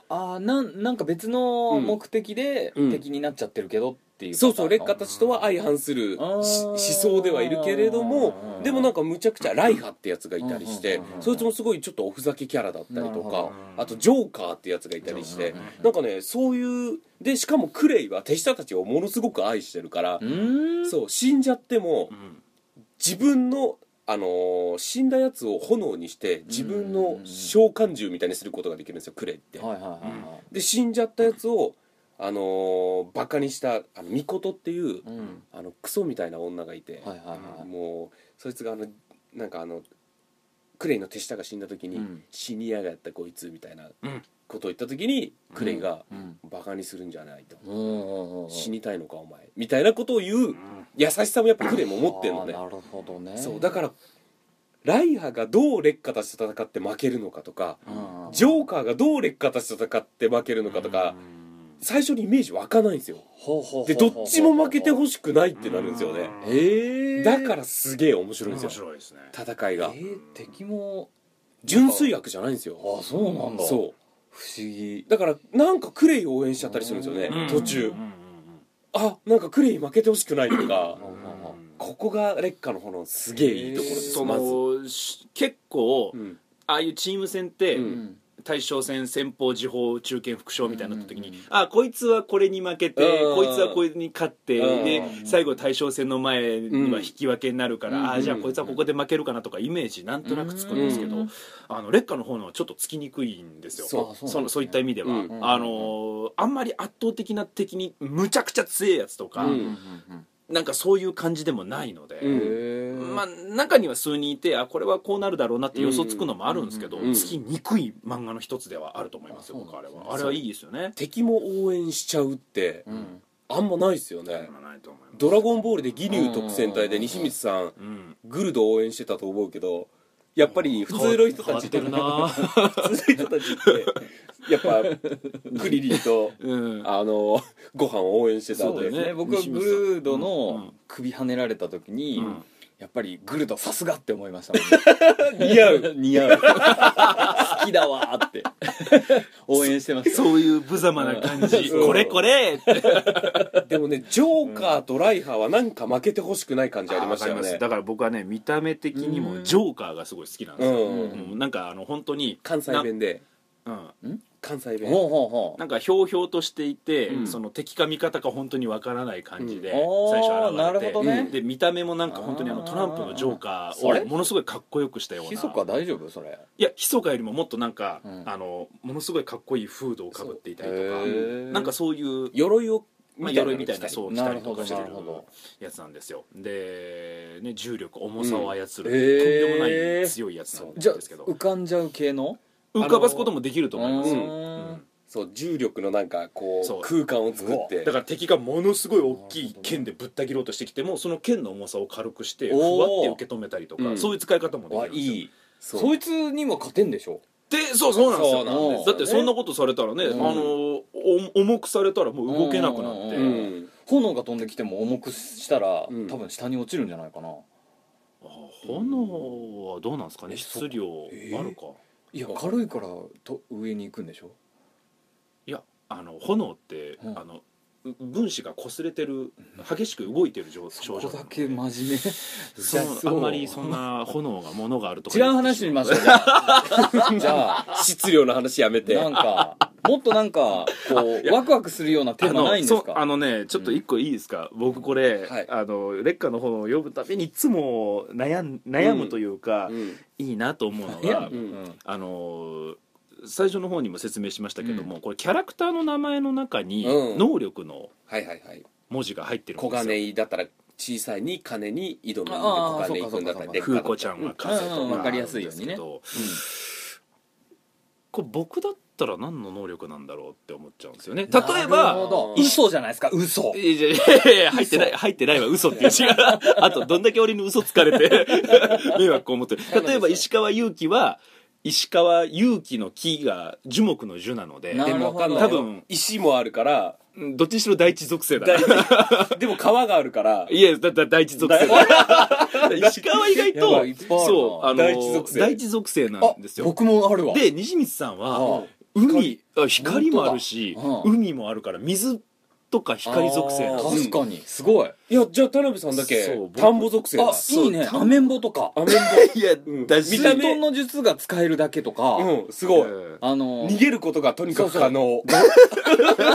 B: ああなんなんか別の目的で
A: うん
B: 敵になっちゃってるけどっていう
A: そうそう劣
B: レ
A: 化たちとは相反するし
B: あー
A: 思想ではいるけれど
B: うんうんう
A: も
B: ん
A: でもなんかむちゃくちゃライハってやつがいたりして
B: うんうんうんうん
A: そいつもすごいちょっとおふざけキャラだったり
B: なる
A: と
B: ほ
A: か
B: ど
A: あとジョーカーってやつがいたりして
B: うんうんうん
A: なんかねそういうでしかもクレイは手下たちをものすごく愛してるから
B: うーん
A: そう死んじゃっても
C: うん
A: 自分の、あのー死んだやつを炎にして自分の召喚獣みたいにすることができるんですよクレイって、
B: はいはいは
A: で死んじゃったやつを、あのーバカにしたあのミコトっていう、
B: いはいうん
A: あのクソみたいな女がいて、
B: はいはいはい
A: もうそいつがあのなんかあのクレイの手下が死んだ時に、
B: うん
A: 死にやがったこいつみたいな
C: うん
A: ことを言った時に、クレイが、
B: うん
A: バカにするんじゃないと、
B: うんうんうん
A: 死にたいのかお前みたいなことを言う優しさもやっぱクレイも持ってるのね
B: あーなるほどね
A: そうだからライハがどう劣化たちと戦って負けるのかとか
B: うん
A: ジョーカーがどう劣化たちと戦って負けるのかとか最初にイメージ湧かないんですよ
B: ほうほうほう
A: でどっちも負けてほ
B: し
A: しくないってなるんですよね
B: ええ
A: だからすげえ面白いん
C: 面
A: ですよ
C: 白いですね
A: 戦い
B: え
A: が
B: ー敵も
A: 純粋悪じゃないんですよ
B: あそうなんだ
A: そう
B: 不思議
A: だからなんかクレイを応援しちゃったりするんですよね途中
C: うんうん
A: あなんかクレイ負けてほしくないとか
B: うんうんうん
A: ここが劣化の炎すげえいいところです
C: そ
A: まず
C: のし結構
A: うん
C: ああいうチーム戦って
A: うん
B: うん
C: 大将戦先方時報中堅副将みたいになった時に、あこいつはこれに負けて
A: うん
C: こいつはこれに勝って
A: うん
C: で最後大将戦の前には引き分けになるから、あじゃあこいつはここで負けるかなとかイメージなんとなくつくんですけど、あの劣化の方のはちょっとつきにくいんですよ
A: そう
C: そのそういった意味では、
A: うん
C: あのーあんまり圧倒的な敵にむちゃくちゃ強いやつとか、
A: うん
C: なんかそういう感じでもないので。
A: うん
C: まあ、中には数人いてあこれはこうなるだろうなって予想つくのもあるんですけど、
A: うん
C: つきにくい漫画の一つではあると思いますよ、
B: あそう
C: 僕
B: な
C: あ
B: ん
C: れ
B: ですね
C: はあれはいいですよね
A: 敵も応援しちゃうって、
B: ん
A: あんまないですよね
C: まあないと思います
A: ドラゴンボールで義龍特戦隊で西光さん
C: うん
A: グルド応援してたと思うけどやっぱり普通の人たちって
C: 変わってるな
A: 普通の人たちってやっぱクリリンと
C: うん
A: あの ご飯を応援してたん
B: そう
A: で
B: ですね僕はグルードの首跳ねられた時に、
C: うん
B: やっぱりグルドさすがって思いましたもんね
A: 似合う
B: 似合う好きだわーって 応援してました
C: そういう無様な感じ
A: うん
C: これこれって
A: でもね ジョーカーとライハーはなんか負けてほしくない感じありましたよ
C: わかります
A: ね
C: だから僕はね見た目的にもジョーカーがすごい好きなんですよ、
A: うん
C: うんなんかあの本当に
A: 関西弁で
C: な,、うん、
A: 関西弁
B: ほうほうほう
C: なんかひょうひょうとしていて、
B: うん
C: その敵か味方か本当にわからない感じで、
B: うんおー
C: 最初現れて
B: なるほどね
C: で見た目もなんか本当にあの
B: あー
C: トランプのジョーカ
B: あれ
C: ーをものすごいかっこよくしたような
B: ひそか大丈夫それ
C: いや密かよりももっとなんか、
B: うん
C: あのものすごいかっこいいフードをかぶっていたりとか
B: そうへー
C: なんかそういう
A: 鎧を
C: ま
A: の
C: あ、鎧
A: に
C: み
A: 着
C: たいなそう着
B: な
C: た
B: る
C: りと
B: ほど
C: かしてる
B: なるほど
C: やつなんですよで、ね、重力重さを操る、
A: うんへー
C: とんでもない強いやつなん
B: じゃあ
C: ですけど
B: 浮かんじゃう系の
C: 浮かばすこともできると思いますよ、
B: う
C: うん
A: そう重力のなんかこ
C: そう
A: う空間を作って
C: だから敵がものすごい大きい剣でぶった切ろうとしてきてもその剣の重さを軽くしてふ
B: おー
C: わって受け止めたりとか、
A: うん
C: そういう使い方もでき
A: わ
C: るん
A: い
C: ですよ
A: いそ
B: そいつにも勝てんでしょ
C: でそうそうなんですよ
A: そうなんですよね
C: だってそんなことされたらね、
B: うん
C: あのお重くされたらもう動けなくなって、
B: う
A: うんん
B: 炎が飛んできても重くしたら、
A: うん
B: 多分下に落ちるんじゃないかな
C: あ炎はどうなんですかね質量あるか、
B: いや軽いからと上に行くんでしょ
C: いやあの炎って、
B: うん
C: あのう分子が擦れてる激しく動いてる状
B: そ
C: 症
B: こ
C: 状
B: だけ真面目
C: その
B: そう
C: あんまりそんな炎 がものがあるとか
B: 違う話にしましょうじゃあじゃ あ
A: 質量の話やめて
B: なんかもっとなんかこうワクワクするようなテーマないんです
C: あのそうあ
B: か
C: のねちょっと一個いいですか、僕これ、
A: はい
C: あの劣化の炎を読むたびにいつも悩ん悩むというか、
A: うん
C: いいなと思うの
B: いや
C: が、
A: うん
C: あのー最初の方にも説明しましたけども、これキャラクターの名前の中に
A: うん
C: 能力の
A: はいはいはい
C: 文字が入ってるん
A: 小
C: ですよ、
A: 金井だったら小さいに金に挑むんで
B: あ
A: 小
B: あ
A: 金井くんだったらでっか
C: 風子
A: だ
C: ちゃんは風とか、
B: うんうんわかりやすいようにね
C: あるんですけどこれ僕だったら何の能力なんだろうって思っちゃうんですよね例え
B: なるほ
C: ば
B: ど嘘じゃないですか嘘
C: いやいやいやいや入ってない入ってないは嘘っていう違うあとどんだけ俺に嘘つかれ て迷惑を持ってる例えば石川祐希は石川祐希の木が樹木の樹なので
B: な
A: でもわかんない
C: 多
A: よ
C: 分
A: 石もある から
C: うんどっちにしろ第一属性だな
A: 大事でも川があるから
C: いやだだ第一属性だ 石川意外
B: やば
C: と
B: いいっぱいあるな
C: そうあの
A: 第一属性
C: 第一属性な
B: あ
C: んですよ
B: 僕もあるわ
C: で西光さん
B: ああ
C: は海あ光もあるし、
B: 本当だうん
C: 海もあるから水とか光属性なん
A: あ
C: で
A: ー
C: す
B: 確かにすごい
A: いやじゃあ田辺さんだけ
C: そう僕
A: 田んぼ属性だ
B: あいいねアメンボとか
A: アメン
C: いやだ
A: 見
B: 見
A: た目
B: た目の術が使えるだけとか、
A: ボうんすごい
B: あの
A: 逃げることがとにかく可能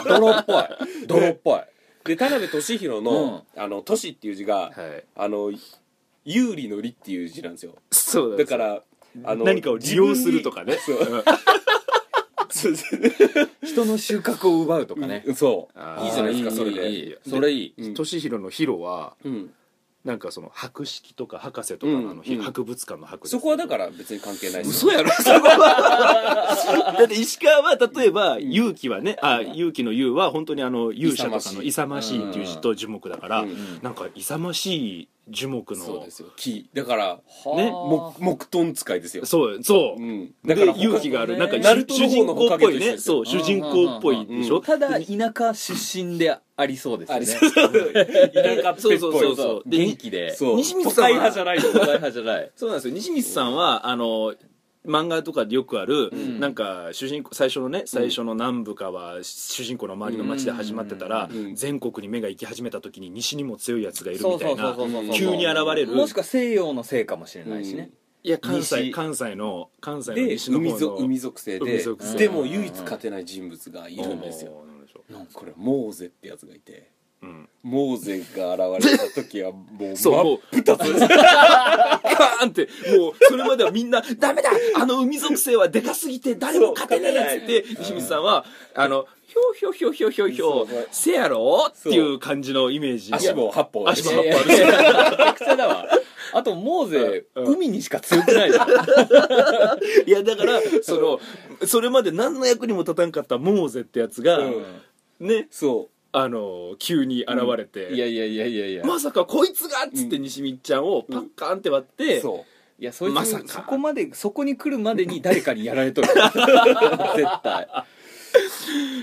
B: 泥っぽい泥っぽい
A: で田辺俊弘の「あの都市」っていう字が
C: はい
A: あの有利の利っていう字なんですよ
C: そう
A: だからあの
C: 何かを利用するとかね
A: 自分にそうそう
B: 人の収穫を奪うとかね、
A: そう
C: あー
A: いいじゃないですか
B: あー
A: それで
B: いいいいそれいい
A: うん
C: 敏弘の広は
A: うん
C: なんかその博識とか博士とかのあの、
A: うんうん
C: 博物館の博です
A: そこはだから別に関係ないです
C: 嘘やろそこはだって石川は例えば勇気はねあ勇気の勇は本当にあの勇者とかの勇ましいっていう字と樹木だから、
A: うん
C: なんか勇ましい樹木の
A: そうですよ木だから
C: ね
A: 木木トン使いですよ
C: そうそう、
A: うん
C: で
A: だから
C: 勇気があるなんか
B: ね
C: 主
A: ナルトの
C: 主人
A: 方の
C: 公
A: ほ
C: っ
A: か
C: ぽ
A: げと一緒
C: い
A: ですよ
C: ねそう
B: うん
C: 主人公っぽいでしょ、
A: うん
B: ただ田舎出身でありそうですよね
A: 田舎っ
C: そ
A: ぺ
C: う
A: っ
C: そう
A: ぽ
C: そう
A: い
C: そうで
B: 元気で
A: そう
C: 西光
A: 都
C: さんは
A: 会派じゃないよ
B: 都会派じゃない
C: そうなんですよ西光さんはあの漫画とかでよくある、
B: ん
C: なんか主人公最初のね最初の南部かは主人公の周りの町で始まってたら、
A: うんうん
C: 全国に目が行き始めた時に西にも強いやつがいる
B: そ
C: み
B: う
C: た
B: そ
C: いう
B: そう
C: な
B: そうそう
C: 急に現れる
B: もしくは西洋のせいかもしれないしね、
C: いや関西
A: 西
C: 関西の関西の
A: で
C: 西の
A: 海
C: 方
A: ぞ
C: の
A: 海属性
C: 海
A: で
C: 属性
A: でも唯一勝てない人物がいるんですよ
C: おーなんでしょ
A: なんかこれモーゼってやつがいて
C: ううん
A: モーゼが現れた時はもう
C: そう
A: 真っ
C: もう
A: 二 つ
C: カーンってもうそれまではみんな「ダメだあの海属性はでかすぎて誰も勝てねえ」っつって西光さんは「あのひょうひょうひょうひょうひょうひょう
A: そう
C: せやろ?」って
A: そう
C: いう感じのイメージ
A: 足も八本
C: 足も八
B: いやいやいやめちゃくちゃだわあとモーゼ、
C: うん
B: 海にしか強くないじゃん
C: いやだからそのそれまで何の役にも立たんかったモーゼってやつが、
A: うん
C: ね
A: そ
C: あの急に現れて、
B: いやいやいやいやいや
C: まさかこいつがっつって西光ちゃんをパッカーンって割っ
A: う
C: て、
A: そ
B: いやそいつ、
C: まさか
B: そこまでそこに来るまでに誰かにやられとる絶対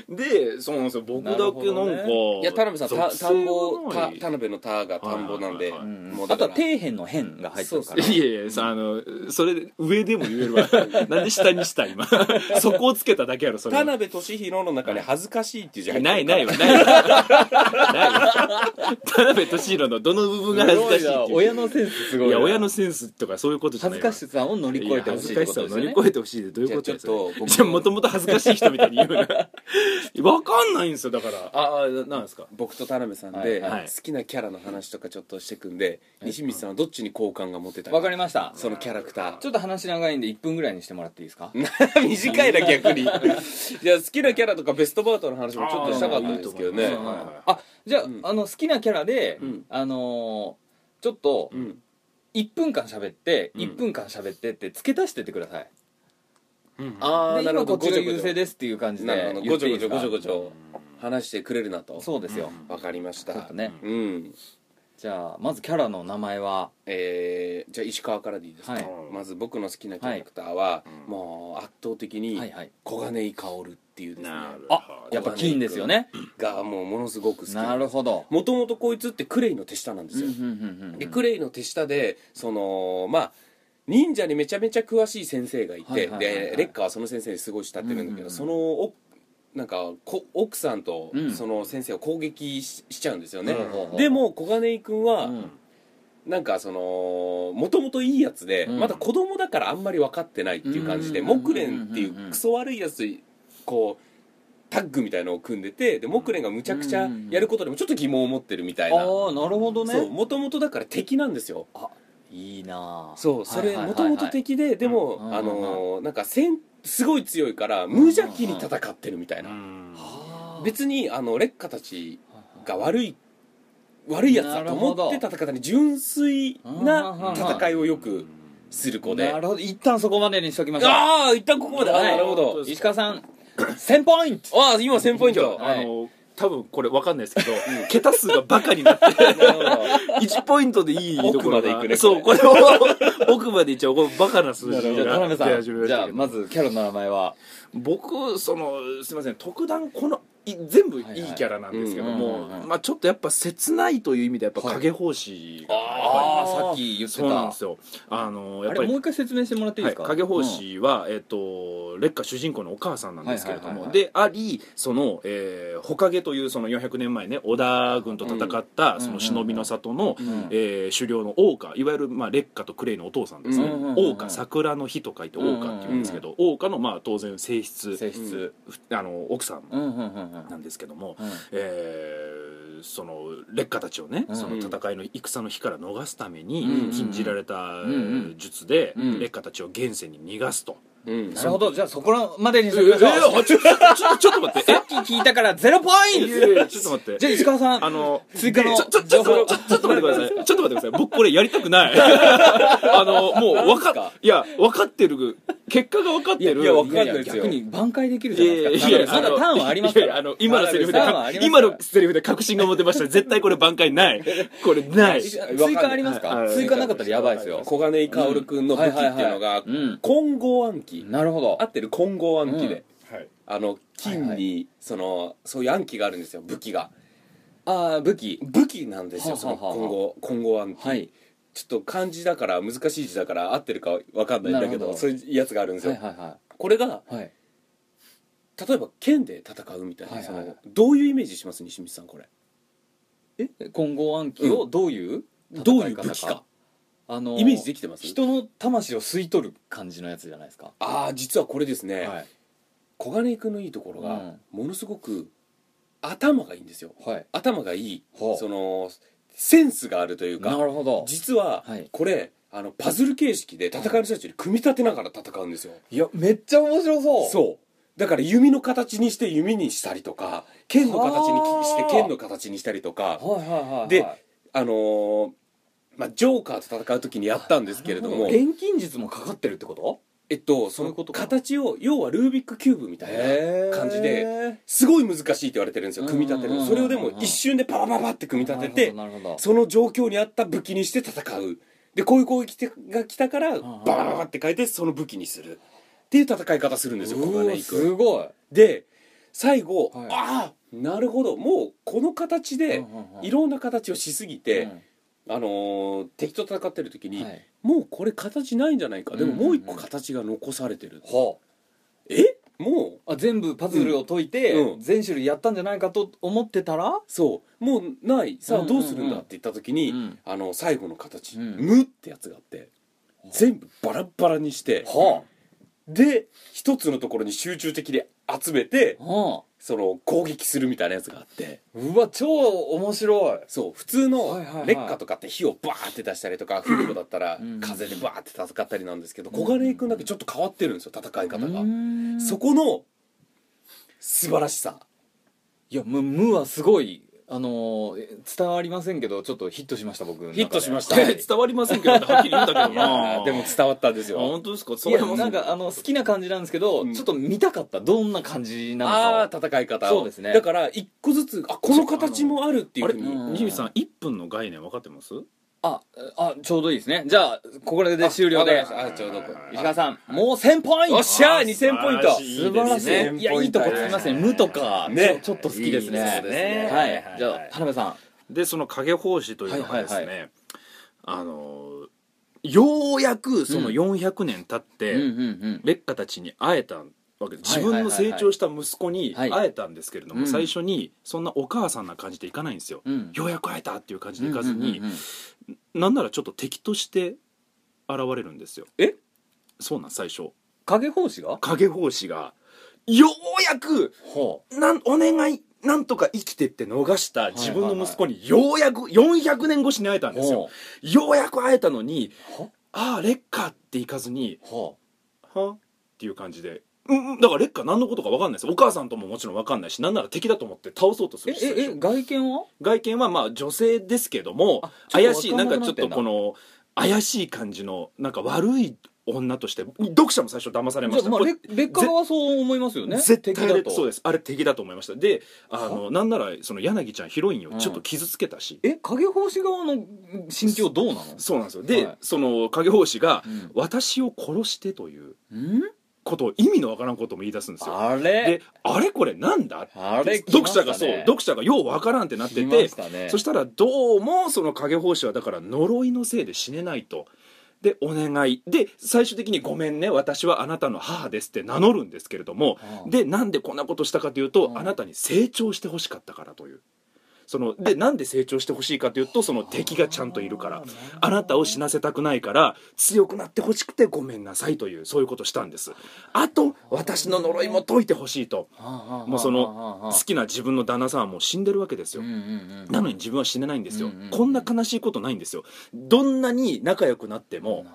C: でそうなんですよ僕だけなんか
B: なるほど
A: ういや田辺さんた
C: 属性
A: 田
C: が
A: んぼ
C: な
A: た
C: い
A: 田辺の田が田んぼなんで
C: はいはい
B: うん
A: もう
B: あ
A: だ
B: と
A: か
B: は
A: ら
B: 底辺の辺が入ってるから
C: いやいやさあのそれ上でも言えるわなんで下にした今そこをつけただけやろそれ
A: 田
C: は
A: 辺俊弘の中に恥ずかしいっていう字入って
C: ない
A: る
C: ないわないわないわ田辺俊弘のどの部分が恥ずかしいっていう
B: 親のセンスすごい
C: い
B: な
C: や親のセンスとかそういうことじゃ
B: 恥
C: ない
B: ず
C: わ
B: かしさを乗り越えてほしいってこ
C: いや恥ずかしさ
B: と
C: を
B: です
C: 乗
B: よ
C: り
B: ね
C: 越えてほしいってどういうこと
A: じゃあ
C: です
A: ちょっと僕
C: じゃあもともと恥ずかしい人みたいに言うなわかんないんですよだからああなんですか
A: 僕と田辺さん
B: はい
A: で
C: はい
A: 好きなキャラの話とかちょっとしてくんで西光さんはどっちに好感が持てた
B: わかりました
A: そのキャラクタ
B: ちょっと話長いんで1分ぐらいにしてもらっていいですか
A: ー 短いな逆 にじゃあ好きなキャラとかベストバウトの話もちょっとしたかったんですけど
C: あーいい
A: ね
C: と思います
B: あじゃあ,、
A: うん
B: あの好きなキャラで、
A: うん
B: あのーちょっと
A: うん
B: 1分間喋って
A: うん
B: 1分間喋ってって付け足してってください、
A: ああ
B: で
A: なる
B: 今
A: ほ
B: こ
A: ど
B: っちが優勢
A: で
B: ですっていう感じ
A: なる
B: で
A: ほど
B: 言
A: ご
B: っ
A: ち
B: て
A: ょ
B: いい
A: ご
B: で
A: ち
B: す
A: ょごちょ
B: か
A: ごちょ話してくれるなと
B: そうですよ、
A: わかりまし
B: ちょったとね、
A: うん
B: じゃあまずキャラの名前は
A: えーじゃあ石川からでいいですか
B: はい
A: まず僕の好きなキャラクターはもう圧倒的に
B: はいはい
A: 小金井薫っていうですね
B: あやっぱ金ですよね
A: がもうものすごく好き
B: なるほど
A: もともとこいつってクレイの手下なんですよ、でクレイの手下でそのまあ忍者にめちゃめちゃ詳しい先生がいて、
B: はいはいはいはい
A: でレッカーはその先生にすごい慕ってるんだけど、
B: うんうんうん
A: そのおなんかこ奥さんと
B: うん
A: その先生を攻撃ししちゃうんですよね、
B: うん
A: でも小金井君は、
B: うん
A: なんかそのもともといいやつで、
B: うん
A: まだ子供だからあんまり分かってないっていう感じで、
B: うん
A: 木蓮っていうクソ悪いやつとこうタッグみたいのを組んでてで木蓮がむちゃくちゃやることでもちょっと疑問を持ってるみたい
B: あ
A: な、
B: あなるほど
A: そう
B: ね
A: もともとだから敵なんですよ
B: いいなあ
A: そうそれ
B: はいは
A: も
B: いはい
A: と
B: はい
A: もと敵ででも、
B: うん
A: あのーなんかせんすごい強いから無邪気に戦ってるみたいな、
B: ああ
A: 別にあの劣化たちが
B: は
A: 悪い悪いやつだと思って
B: なるほど
A: 戦ったに純粋な戦いをよくする子
B: いはい
A: で
B: な
A: あ
B: るほど一旦そこまでにしときましょう
A: あー一旦ここまであ
B: はい
A: なるほど
B: 石川さん1000ポイ ント
A: ああ今1000ポイント
B: はい
C: あの多分これわかんないですけど桁数がバカになって1ポイントでいいところ
A: 奥まで行
C: が
A: くね
C: そうこれを奥までいっちゃうこのバカな数字
B: じゃあ田
C: が
B: 辺
C: 出始
B: さ
C: め
B: ん
C: ま
B: じ
C: した
B: ゃあ
C: けど
B: まずキャラの名前は
C: 僕そのすいません特段このい全部いい
B: はいはい
C: キャラなんですけど
B: うんうんうん
C: も
B: うん
C: まあちょっとやっぱ切ないという意味でやっぱ影法師がや
B: あ
C: っぱり
B: あさっき言って
C: そうなん
B: た
C: ですよあのや
B: あ
C: っ
B: れ
C: ぱり
B: もう一回説明してもらっていいですか
C: はい、影法師は、えっと烈火主人公のお母さんなんですけれども、
B: はいはいはいはい
C: でありその、えー、火影というその400年前ね織田軍と戦った、
B: ん
C: その忍びの里の、
B: ん
C: えー狩猟の桜花いわゆる、まあ、烈火とクレイのお父さんですね、
A: うん
B: うんうん
C: 桜花桜の日と書いて桜花っていうんですけど、桜花の、まあ、当然性質
B: 性質
C: あの奥さん
B: うんうんうんうん
C: なんですけども、
B: うん
C: えーその劣化たちをね、
B: うん
C: その戦いの戦の日から逃すため
B: う
C: に
B: ん
C: 禁じられた
B: うんうん
C: 術で
B: うん
C: 劣化たちを現世に逃がすと、
A: うん
B: なるほどじゃあそこらまでにし
C: え
B: てください
C: ちょちょちょっと待って
B: さっき聞いたからゼロポイン
C: えちょっと待っ
B: ト
C: て
B: じゃあ石川さん
C: あの
B: 追加の
C: ちょちょちょ
B: 情報
C: ちょちょっと待ってくださいちょっと待ってください僕これやりたくないあのもうわ
A: なんす
C: か
A: か
C: いや分かってる結果が分かってる
A: いやいやわかんない
B: いやい
A: で
B: や
A: すよ
B: 逆に挽回できるじゃない
C: いや
B: で
C: い
B: すか
C: やいや
B: まだターンはありますか
C: いやいや
B: ら
C: あの今のセリフで
B: ターンはありますか
C: 今
B: ら
C: のセリフで確信が持てました絶対これ挽回ないこれない
B: 追加あります
C: わかん
B: か
C: ない
B: 追加なかったらやばいですよ
A: 小金井薫君の武器っていうのが
B: うんはいはいはいうん
A: 混合暗記
B: なるほど
A: 合ってる混合暗記
B: うん
A: で
C: はい
A: あの金
B: はい
A: にそのそういう暗記があるんですよ武器が
B: ああ武器
A: 武器なんですよ
B: は
A: そ
B: あはあ
A: の
B: はあ
A: 混合混合暗記
B: はい
A: ちょっと漢字だから難しい字だから合ってるかわかんないんだけ
B: なる
A: ど
B: ほど
A: そういうやつがあるんです
B: はい
A: よ、
B: は
A: これが
B: いはいはい
A: 例えば剣で戦うみたいな、
B: はいはいはい
A: そのどういうイメージします西光さんこれ
B: え混合暗記をどういう
A: どういう武器か
B: あの
A: イメージできてます
B: 人の魂を吸い取る感じのやつじゃないですか
A: ああ実はこれですね、
B: はい
A: 小金井君のいいところが、
B: うん
A: ものすごく頭がいいんですよ
B: はい
A: 頭がいい、
B: ほう
A: そのセンスがあるという
B: な
A: か
B: るほど
A: 実は
B: はい
A: これ、あのパズル形式で戦いの人たちに組み立てながら戦うんですよ、
B: いやめっちゃ面白そう
A: そうだから弓の形にして弓にしたりとか剣の形に
B: はあ
A: して剣の形にしたりとか
B: はいはいはいはい
A: であのーまあ、ジョーカーと戦う時にやったんですけれども
B: 錬金術もかかってるってこと
A: えっとそ
B: そうい
A: の
B: うことか
A: 形を要はルービックキューブみたいな
B: へー
A: 感じですごい難しいって言われてるんですよ組み立て
B: うんうん
A: る
B: うん
A: それをでも一瞬でパパパパって組み立てて
B: なるほどなるほど
A: その状況に合った武器にして戦うでこういう攻撃が来たからバ
B: んうん
A: バババって変えてその武器にするっていう戦い方するんですよ小
B: う
A: 金
B: わ
A: 井君
B: すごい
A: で最後、
B: はい
A: ああなるほどもうこの形で
B: うんうんうん
A: いろんな形をしすぎて、あのー敵と戦ってる時
B: うん
A: に、
B: はい
A: もうこれ形ないんじゃないかでも
B: うんうんうん
A: もう一個形が残されてる、
B: ほ
A: えもう
B: うあ全部パズルを解いて、
A: うん
B: 全種類やったんじゃないかと思ってたら
A: そうもうないさ
B: う
A: あ
B: んうんう
A: ど
B: ん
A: うするんだって言った時に、
B: うん
A: あの最後の形「
B: うん
A: 無」ってやつがあって全部バラッバラにして
B: は
A: で一つのところに集中的に集めて
B: あ、は
A: その攻撃するみたいなやつがあって。
B: あ、うわ超面白い
A: そう普通
B: はいはいは
A: の
B: い
A: 劣化とかって火をバーって出したりとかフルボだったら
B: うん
A: 風でバーって戦ったりなんですけど小金井君だけちょっと変わってるんですよ戦い方が
B: うん
A: そこの素晴らしさ
B: いやむ無はすごいあのーえ伝わりませんけどちょっとヒットしました僕の中で
A: ヒットしました
B: はい
A: はい
C: 伝わりませんけどはっきり言ったけど
A: あ
C: な
A: ーでも伝わったんです
C: あ
A: よ
C: 本当ですかそ
B: い
C: れ
B: や
C: も
B: なんかあの好きな感じなんですけど、
A: うん
B: ちょっと見たかったどんな感じなのかを
A: ああ戦い方を
B: そうですね
A: だから一個ずつあこの形もあるっていう
C: あ
A: ふ
C: れ
A: う
B: う
A: に
B: ん
C: 西口さん1分の概念分かってます
B: ああちょうどいいですねじゃあここで終了で
A: わかりましたあちょうどこ
B: 石川さんもう1000ポイント
A: よっしゃー2000ポイント
B: 素晴らし
A: い
B: い
A: いですね
B: いやいいとこつきますね無とか、
A: ね
B: ちょちょっと好きですね
C: いいですね
B: は
C: はいはい
B: いじゃあ田辺さん
C: でその影法師というのがですね、
B: はいは
C: あのようやくその400年経って、
B: うんうん
C: 劣化たちに会えたわけです
B: はい
C: 自分の成長した息子に
B: はい
C: 会えたんですけれども、
B: うん
C: 最初にそんなお母さんな感じでいかないんですよ、
B: うんうん
C: ようやく会えたっていう感じでいかずに、
B: うんうんうんうん
C: なんならちょっと敵として現れるんですよ
A: え
C: そうなん最初
B: 影法師が
C: 影法師がようやく
B: ほ
C: なんお願いなんとか生きてって逃した自分の息子にようやく400年越しに会えたん
B: う
C: ですよ
B: ほ
C: ようやく会えたのに
B: は
C: 「ああ劣化」っていかずに
B: うほ
C: 「はっていう感じで。うんうんだから劣化何のことか分かんないですお母さんとももちろん分かんないしなんなら敵だと思って倒そうとす
B: う
C: る
B: え
C: し
B: ええ外見は
C: 外見はまあ女性ですけども
B: あちょっ
C: 怪
B: と
C: しいなんかちょっとこの怪しい感じのなんか悪い女として読者も最初騙されま
B: じ
C: し
B: ゃ
C: た
B: あまあ
C: これ
B: れ劣化側はそう思いますよね
C: 絶対
B: 敵だと
C: そうですあれ敵だと思いましたであのなんならその柳ちゃんヒロイン
B: う
C: を
B: ん
C: ちょっと傷つけたし、
B: え影法師側の心境どうなの
C: そうなんですよで、
B: はい
C: その影法師が、
B: うん
C: 私を殺して」という
B: うん
C: ことを意味のわからんことも言い出すんですよ
B: あれ
C: であれこれなんだ
B: あれ来
C: 読
B: ました
C: 者
B: ね
C: がそう読者がようわからんってなって
B: 来ま
C: て
B: したね
C: そしたらどうもその影法師はだから呪いのせいで死ねないと。でお願いで最終的に「ごめんね私はあなたの母です」って名乗るんですけれども
B: うん
C: でなんでこんなことしたかというと
B: うん
C: あなたに成長してほしかったからというそのでなんで成長してほしいかというとその敵がちゃんといるからあなたを死なせたくないから強くなってほしくてごめんなさいというそういうことしたんですあと私の呪いも解いてほしいと
B: も
C: もうその好きな自分の旦那さんはもう死んでるわけですよなのに自分は死ねないんですよ、
B: うんうんうん
C: こんな悲しいことないんですよどんなに仲良くなっても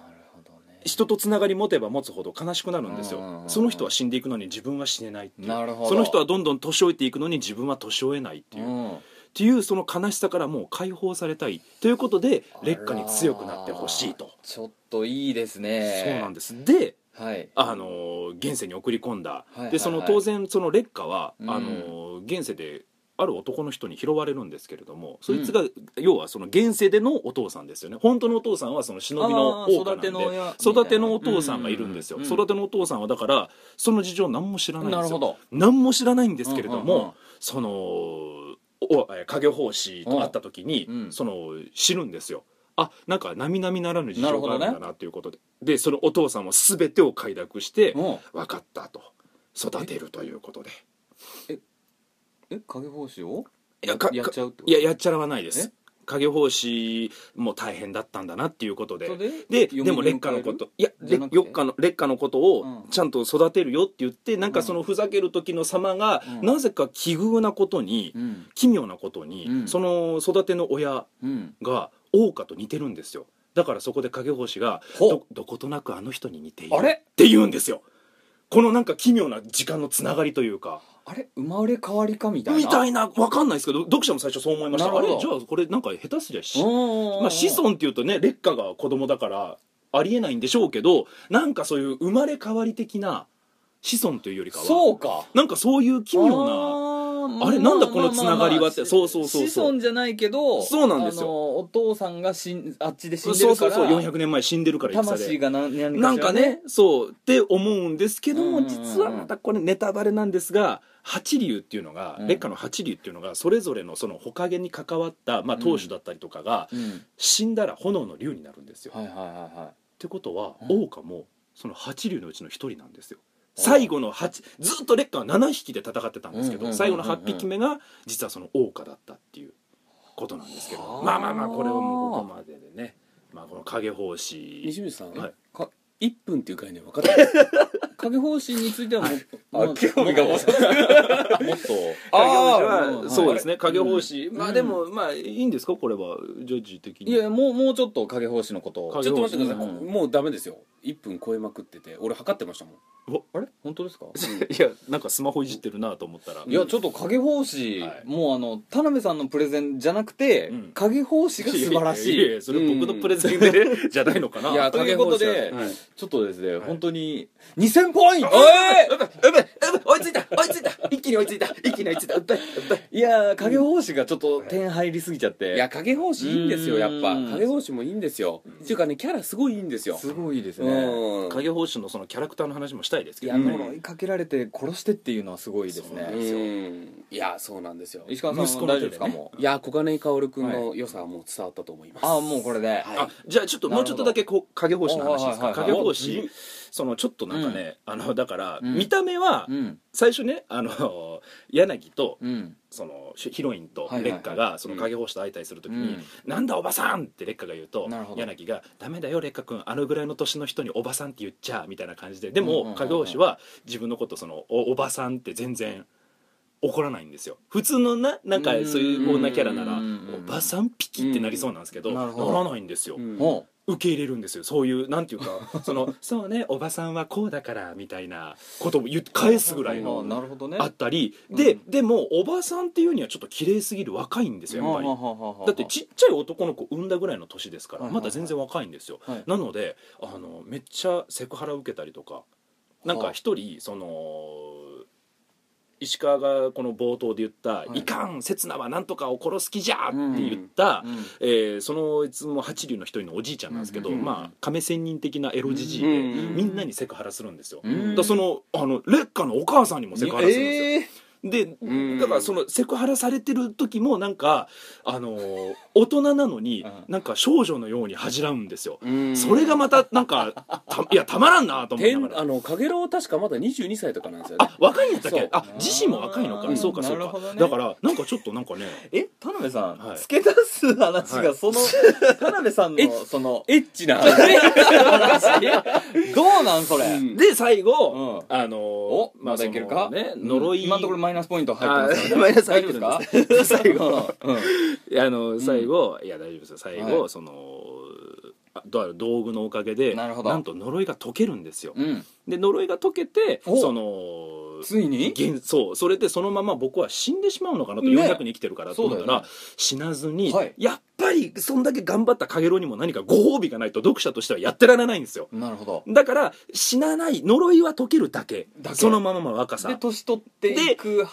C: 人とつながり持てば持つほど悲しくなるんです
B: うんうんうんう
C: よ
B: ん
C: その人は死んでいくのに自分は死ねないっていう
B: なるほど
C: その人はどんどん年老いていくのに自分は年老えないっていう、っ
B: は
C: ていうその悲しさからもう解放されたいということで劣化に強くなってほしいと
B: ちょっといいですね
C: そうなんで
B: で
C: すで
B: すはい
C: あのー現世に送り込んだ、
B: いはいはい
C: でその当然その劣化は、
B: うん
C: あのー現世である男の人に拾われるんですけれども、そいつが要はその現世でのお父さんですよね本当のお父さんはその忍びの
B: あー
C: 王家なんで
B: 育ての親
C: 育てのお父さんがいるんですよ、
B: うんうんうん
C: 育てのお父さんはだからその事情何も知らないんですよ
B: なるほど
C: 何も知らないんですけれども、
B: うんうんうん
C: そのおえ影法師と会った時に、
B: うん
C: その知るんですよあなんか並々ならぬ事情があるん
B: なるほ
C: だ
B: ど
C: なということで、でそのお父さんも全てを快諾して
B: うん
C: 分かったと育てるということで
B: え影法師を
C: いやか
B: やっちゃうってこと
C: いややっちゃらはないです影法師も大変だったんだなっていうことで
B: それ
C: で
B: 嫁
C: でも
B: に
C: 劣化のこ
B: 迎
C: といや
B: じ
C: 劣
B: ゃなくて
C: 化の劣化のことを
B: うん
C: ちゃんと育てるよって言って、なんかそのふざける時の様が、
B: うん
C: なぜか奇遇なことに、
B: えるうん
C: 奇妙なことに、
B: うん
C: その育ての親
B: うん
C: が桜花と似てるんですよだからそこで影星が
B: ほう
C: どどことなくあの人に似ている
B: あれ
C: って言うんですよこのなんか奇妙な時間のつながりというか
B: あれ生まれ変わりかみたいな
C: みたいなわかんないですけど読者も最初そう思いました
B: なる
C: あ
B: ほど
C: れじゃあこれなんか下手すりゃし
B: ま
C: まあ、子孫っていうとね劣化が子供だからありえないんでしょうけどなんかそういう生まれ変わり的な子孫というよりかは
B: そうか
C: なんかそういう奇妙な
B: な
C: あれなんだこのつながりはってそうそうそうそう
B: 子孫じゃないけど
C: そうなんですよ
B: あのお父さんが死んあっちで死
C: そ
B: ん
C: う
B: で
C: そう
B: るか
C: そう
B: ら
C: 400年前死んでるから戦で
B: 魂が何何
C: なん
B: かしら
C: かねそうって思うんですけども、
B: うんうんうん
C: 実はまたこれネタバレなんですが八竜っていうのが、
B: うん
C: 烈火の八竜っていうのがそれぞれのその火影に関わった、まあ、当主だったりとかが、
B: うん
C: 死んだら炎の竜になるんですよ。
B: はいはいはいはい
C: ってことは
B: うん
C: 桜花もその八竜のうちの一人なんですよ。最後の八ずっと烈火は7匹で戦ってたんですけ
B: うんうん
C: ど
B: うんうんうん
C: 最後の8匹目が実はその桜花だったっていうことなんですけ
B: は
C: ど
B: あ
C: まあまあまあこれはもうここまででね、まあ、この影法師
A: 西水さん、
C: はい
A: か1分っていう概念分かってます
B: 影方針についてはも
A: あ
B: も
A: 興味が
B: も
A: 持
B: っと
A: つ
B: もっと
C: 影
B: う
C: 法
B: ん
C: 師
B: うん
C: はそうですね影法師
B: ん
C: まあでもまあいいんですかこれはジョッジ的に
B: いやもうもうちょっと影方針のことを
C: 影
A: ちょっと待ってください、
B: うん
A: もうダメですよ1分超えまくってて俺測ってましたもん
B: あれ本当ですか
C: いやなんかスマホいじってるなと思ったら
B: いやちょっと影法師、
C: はい
B: もうあの田辺さんのプレゼンじゃなくて、
C: うん
B: 影法師が素晴らしい
C: やややそれ僕のプレゼンで じゃないのかな
B: やということ
C: 影
B: で
C: 法師は
A: はい
B: ちょっとですね、本当に2000ポイント
D: 追いついた追いついた一気に追いついた一気に追いついたうっぱいうっぱい
B: いやー影法師がちょっと点入りすぎちゃって、
A: いや影法師いいんですよやっぱ
B: うん
A: 影法師もいいんですよっていうかねキャラすごいいいんですよ
B: すごいです
A: う
B: ね、
A: ん
C: 影法師のそのキャラクターの話もしたいですけ
B: い
C: ど
B: や
C: ね
B: 呪いかけられて殺してっていうのはすごいですね、
A: うんいやそうなんですよ
B: 石川さん
C: 息子
B: は
C: の
B: 大
C: 手
B: 丈
C: で
B: 夫
C: ね
B: ですか、もう
A: いや小金井薫君の良さはもう伝わったと思います
B: ああもうこれで、
A: は
C: あ
A: い
C: じゃあちょっともうちょっとだけこう影法師の話です
B: は
C: か
B: いはい
C: 影
B: はい
C: 法師そのちょっとなんかね、あのだから、
B: うん
C: 見た目は
B: うん
C: 最初ねあの柳と
B: うん
C: そのヒヒロインと
B: はいはいはい
C: 烈火がその影法師と相対するとき
B: う
C: に
B: ん
C: 「なんだおばさん!」って烈火が言うと
B: なるほど
C: 柳が「ダメだよ烈火君あのぐらいの年の人におばさんって言っちゃ」みたいな感じでで
B: うんうんうんうん
C: も影法師は自分のことそのおおばさんって全然怒らないんですよ普通のななんかそういう女キャラなら
B: うんうんうんうん
C: 「おばさんピキ」ってなりそうなんですけど
B: うんな
C: な
B: るほど
C: らないんですよ
A: うん
B: も
C: 受け入れるんですよそういうなんていうかそ の「そうねおばさんはこうだから」みたいなことを言って返すぐ
B: う
C: らいの
B: あなるほどね
C: あったりで、
B: うん
C: でもおばさんっていうにはちょっと綺麗すぎる若いんですよやっぱり、
B: はあはあはあはあ
C: だってちっちゃい男の子産んだぐらいの年ですから、
B: はいはいはい
C: まだ全然若いんですよ、
B: はい
C: なのであのめっちゃセクハラ受けたりとかなん
B: は
C: か
B: あ
C: 一人その石川がこの冒頭で言った「
B: はい
C: い、かん刹那はなんとかを殺す気じゃ!」って言った、
B: うん
C: えーそのいつも八竜の一人のおじいちゃんなんですけど、
A: うんうんうん
C: まあ亀仙人的なエロじじいで、
A: うん
C: みんなにセクハラするんですよ、
B: う
C: だか
B: ん
C: らそのあの劣化のお母さんにもセクハラするんですよ、
B: えー
C: で、
A: うん
C: だからそのセクハラされてる時もなんか、あのー大人なのに
B: うん
C: なんか少女のように恥じらうんですよ、
A: うん
C: それがまたなんかた いやたまらんなと思い
A: 天
C: ながら
A: あのかげろう確かまだ22歳とかなんですよね
C: あ若いんやったっ
A: そう
C: けあ自身も若いのか、
B: うん
C: そうかそう
B: なる
C: か
B: ほ、どね
C: だからなんかちょっとなんかね
B: え田辺さん、
C: はい
B: 付け出す話が その、田辺さん
A: え
B: のその
A: エッチ な
B: どうなんそれ、
A: うん
C: で最後、
B: う
C: あのー
B: おまだいけるか
C: そのね呪い、
B: 今のところマイナスポイント入
C: あ
B: ってます
C: ーマイナス入
B: 大
C: っ
B: 丈
C: てるん
B: 夫
C: で
B: ですか最後、うん
C: いやあの最後、いや大丈夫ですよ最後、
B: はい
C: そのあとある道具のおかげで
B: なるほど
C: んと呪いが解けるんですよ、
B: うん、
C: で呪いが解けて
B: お
C: その
B: ついに
C: 現そうそれでそのまま僕は死んでしまうのかなと、
B: ね
C: 400に生きてるからと思った
B: そうだよ
C: ら、死なずに、
B: はい
C: やっぱりそんだけ頑張った影郎にも何かご褒美がないと読者としてはやってられないんですよ
B: なるほど
C: だから死なない呪いは解けるだけ
B: だけ
C: そのままの若
B: で
C: さ
B: 年取っていく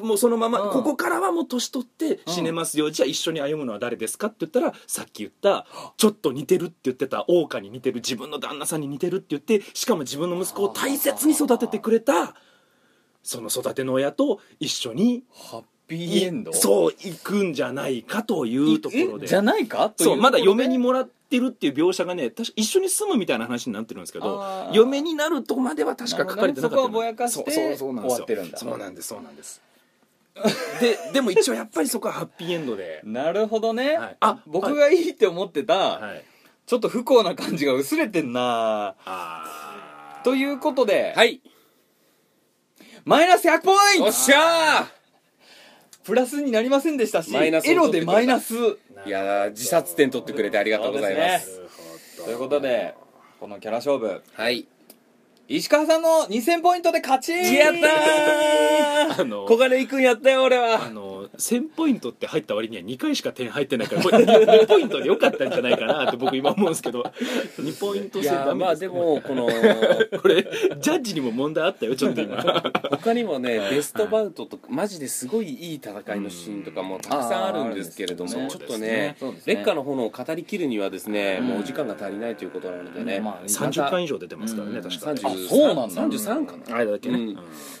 C: もうそのまま、
B: うん
C: ここからはもう年取って死ねますよ、じゃあ一緒に歩むのは誰ですかって言ったらさっき言ったちょっと似てるって言ってた桜花に似てる自分の旦那さんに似てるって言ってしかも自分の息子を大切に育ててくれたその育ての親と一緒に
B: ハッピーエンドう
C: そう行くんじゃないかというところで
B: じゃないかという
C: そうまだ嫁に
B: も
C: もらってるっていう描写がね確か一緒に住むみたいな話になってるんですけ
B: あ
C: ど
B: ー
C: 嫁になるとまでは確か書かれてなかったよ
B: なる
C: う
B: ほどねそこはぼやかして
C: そうそうそうなんですよ
B: 終わってるんだ
C: そうなんですそうなんです
D: ででも一応やっぱりそこはハッピーエンドで、
B: なるほどね、
D: はい、あ
B: 僕がいいって思ってた、
D: はい
B: ちょっと不幸な感じが薄れてんな
D: あ
B: ということで、
A: はい
B: マイナス100ポイン
A: お
B: ト
A: っしゃ
B: プラスになりませんでしたし
A: マイナスを
B: エロでマイナス
A: ーいやー自殺点取ってくれてありがとうございま
B: そ
A: す
B: ということでこのキャラ勝負
A: はい
B: 石川さんの2000ポイントで勝ち
A: やったー
C: あの
A: 小金井くんやったよ俺
C: あ
A: は
C: の1000ポイントって入った割には2回しか点入ってないからこれ2ポイントでよかったんじゃないかなって僕今思うんですけど2ポイント
A: い
C: 制
A: や
C: ダ
A: ーま
C: メ
A: あ
C: です
A: でもこの
C: これジャッジにも問題あったよちょっと 今
A: 他にもねベストバウトとかマジですごいいい戦いのシーンとかもたくさんあるんですけれども
B: あーあるん
A: ち
B: で
A: ょ
B: す
A: っ
B: ね
A: とね
B: そうですね
A: 劣化の炎を語りきるにはですねもうお時間が足りないということなのでね
B: まあ
C: 30巻以上出てますからね
B: うん
C: 確か
A: 33
C: に
B: あそうなんだ
A: 33かな
C: あれだけね、
A: うん
C: うん